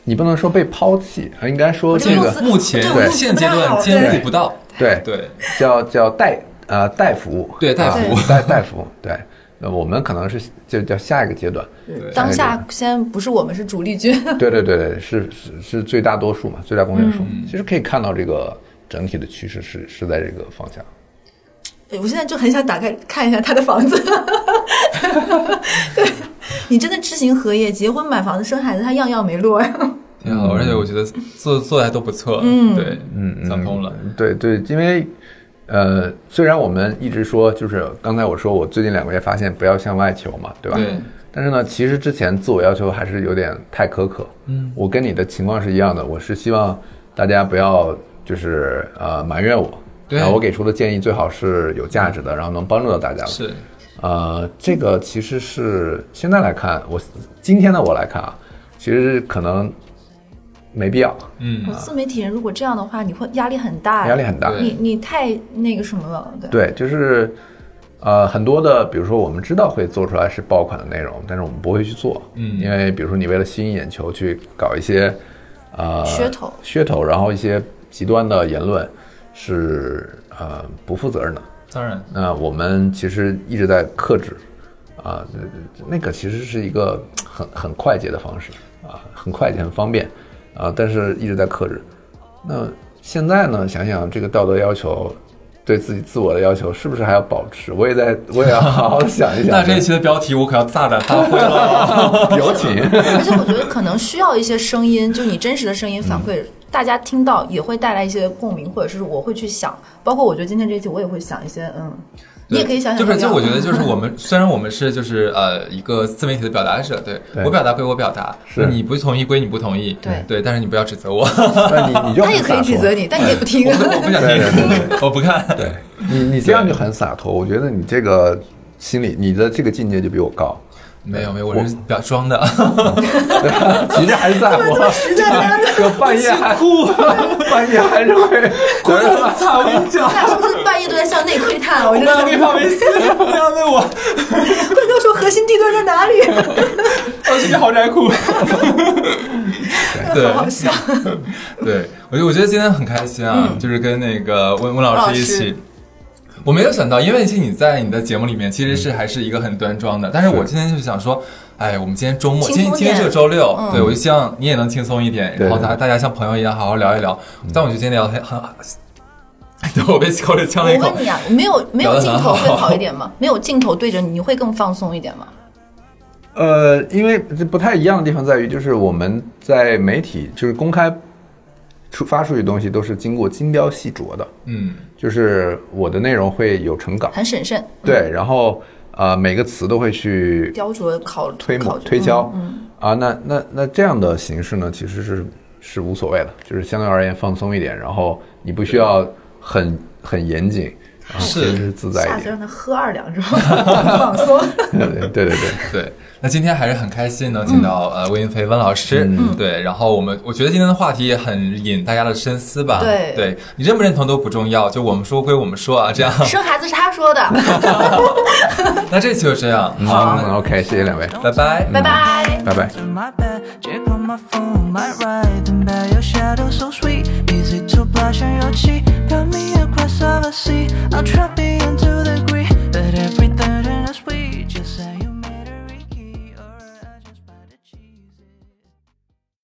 Speaker 3: 你不能说被抛弃，而应该说
Speaker 2: 这
Speaker 3: 这
Speaker 2: 个
Speaker 3: 个
Speaker 2: 用词
Speaker 1: 目前
Speaker 2: 对我用词
Speaker 1: 现阶
Speaker 2: 不
Speaker 1: 段
Speaker 2: 到
Speaker 1: 兼顾
Speaker 2: 对
Speaker 1: 不到，
Speaker 3: 对
Speaker 1: 对，
Speaker 3: *laughs* 叫叫代呃代服务，
Speaker 1: 对代
Speaker 2: 服务
Speaker 3: 啊代代服务，对。那我们可能是就叫下一个阶段，
Speaker 1: 对
Speaker 2: 当下先不是我们是主力军，
Speaker 3: 对对对对，是是是最大多数嘛，最大公约数。其实可以看到这个整体的趋势是是在这个方向。
Speaker 2: 对我现在就很想打开看一下他的房子。 *laughs* 对你真的知行合一，结婚、买房子、生孩子，他样样没落呀。
Speaker 1: 挺
Speaker 2: 嗯
Speaker 3: 嗯
Speaker 1: 好，而且我觉得做做的还都不错，嗯，对，嗯，想通了，
Speaker 3: 对对，因为呃，虽然我们一直说，就是刚才我说我最近两个月发现不要向外求嘛，对吧？
Speaker 1: 对。
Speaker 3: 但是呢，其实之前自我要求还是有点太苛刻。
Speaker 1: 嗯，
Speaker 3: 我跟你的情况是一样的，我是希望大家不要就是呃埋怨我，
Speaker 1: 对
Speaker 3: 然后我给出的建议最好是有价值的，然后能帮助到大家的。
Speaker 1: 是，
Speaker 3: 呃，这个其实是现在来看，我今天的我来看啊，其实可能没必要，
Speaker 1: 嗯
Speaker 2: 我，自媒体人如果这样的话，你会压力很大，
Speaker 3: 压力很大。
Speaker 1: 对
Speaker 2: 你你太那个什么了，对。
Speaker 3: 对，就是呃很多的，比如说我们知道会做出来是爆款的内容，但是我们不会去做，
Speaker 1: 嗯
Speaker 3: 因为比如说你为了吸引眼球去搞一些呃
Speaker 2: 噱头
Speaker 3: 噱头，然后一些极端的言论是呃不负责任的。
Speaker 1: 当然，
Speaker 3: 那我们其实一直在克制，啊、那个其实是一个很很快捷的方式啊，很快捷，很方便，啊、但是一直在克制。那现在呢，想想这个道德要求，对自己自我的要求，是不是还要保持？我也在，我也要好好的想一想。
Speaker 1: *laughs* 那这一期的标题我可要大胆发挥
Speaker 2: *laughs*
Speaker 1: 了。
Speaker 3: 有
Speaker 1: *laughs*
Speaker 3: 请。
Speaker 2: 而且我觉得可能需要一些声音，就你真实的声音反馈，大家听到也会带来一些共鸣，或者是我会去想，包括我觉得今天这一期我也会想一些，嗯，你也可以想想
Speaker 1: 就
Speaker 2: 要
Speaker 1: 是
Speaker 2: 要，
Speaker 1: 就我觉得就是我们虽然我们是就是呃一个自媒体的表达者，对
Speaker 3: 对
Speaker 1: 我表达归我表达，
Speaker 3: 是
Speaker 1: 你不同意归你不同意，
Speaker 2: 对
Speaker 1: 对，但是你不要指责
Speaker 2: *laughs*
Speaker 1: 我，
Speaker 3: 那你你就
Speaker 2: 他也可以
Speaker 3: 很洒
Speaker 2: 指
Speaker 3: 脱
Speaker 2: 责你，但你也不听
Speaker 1: *laughs* 我。不我不想
Speaker 3: 对对
Speaker 1: *laughs* 听，我不看，
Speaker 3: 对你，你这样就很洒脱。我觉得你这个心理，你的这个境界就比我高。
Speaker 1: 没有没有，我是表装的，
Speaker 3: 其实还
Speaker 2: *laughs*
Speaker 3: 是在我，
Speaker 2: 实在的，
Speaker 3: 就半夜还哭， *laughs* 半夜还是会哭
Speaker 1: 很惨，我跟你讲
Speaker 2: 咱俩是不是半夜都在向内窥探？我真的
Speaker 1: 你发微信，不要问
Speaker 2: *laughs*
Speaker 1: 我，
Speaker 2: 快告诉我核心地段在哪里？
Speaker 1: 我去你豪宅哭。 *laughs* 对
Speaker 2: 好好笑。
Speaker 1: 对，我就我觉得今天很开心啊，就是跟那个温温老师一
Speaker 2: 嗯老
Speaker 1: 起
Speaker 2: 师。
Speaker 1: 我没有想到，因为其实你在你的节目里面其实是还是一个很端庄的，但是我今天就想说，哎，我们今天周末，
Speaker 2: 轻
Speaker 1: 今天
Speaker 2: 松
Speaker 1: 今天
Speaker 2: 点
Speaker 1: 是个周六，
Speaker 2: 嗯
Speaker 1: 对我就希望你也能轻松一点，然后
Speaker 3: 对
Speaker 1: 大大家像朋友一样好好聊一聊。但我觉得今天聊得很，很 *laughs* 对我被口里呛了一
Speaker 2: 我
Speaker 1: 口
Speaker 2: 问，你啊，没有没
Speaker 1: 聊
Speaker 2: 有
Speaker 1: 得
Speaker 2: 镜
Speaker 1: 很
Speaker 2: 头会
Speaker 1: 好
Speaker 2: 好一点吗？没有镜头对着你，你会更放松一点吗？
Speaker 3: 呃，因为这不太一样的地方在于，就是我们在媒体就是公开出发出去的东西，都是经过精雕细琢的，
Speaker 1: 嗯，
Speaker 3: 就是我的内容会有成稿，
Speaker 2: 很审慎，嗯
Speaker 3: 对，然后呃每个词都会去
Speaker 2: 雕琢考
Speaker 3: 推
Speaker 2: 考
Speaker 3: 磨
Speaker 2: 究
Speaker 3: 推敲，
Speaker 2: 嗯，
Speaker 3: 啊，那那那这样的形式呢，其实是是无所谓的，就是相对而言放松一点，然后你不需要很很严谨，然后
Speaker 1: 是
Speaker 3: 其实是自
Speaker 2: 嗯
Speaker 3: 在
Speaker 2: 下
Speaker 3: 一
Speaker 2: 次
Speaker 3: 点，
Speaker 2: 让他喝二两之后 *laughs* 放
Speaker 3: *laughs*
Speaker 2: 松。
Speaker 3: 对 *laughs* 对对对。
Speaker 1: 对，那今天还是很开心能请到、呃温云飞温老师，
Speaker 3: 嗯
Speaker 1: 对，然后我们我觉得今天的话题也很引大家的深思吧，
Speaker 2: 对
Speaker 1: 你认不认同都不重要，就我们说归我们说啊，这样，
Speaker 2: 生孩子是他说的，
Speaker 1: 那这期就这样，好，
Speaker 3: 嗯，OK，谢谢两位，
Speaker 1: 拜拜。
Speaker 2: 拜拜。
Speaker 3: 拜拜。
Speaker 4: To my bed, check on my phone, might ride and bear your shadow so sweet. Easy to blush on your cheek, got me across all the sea. I'll trap me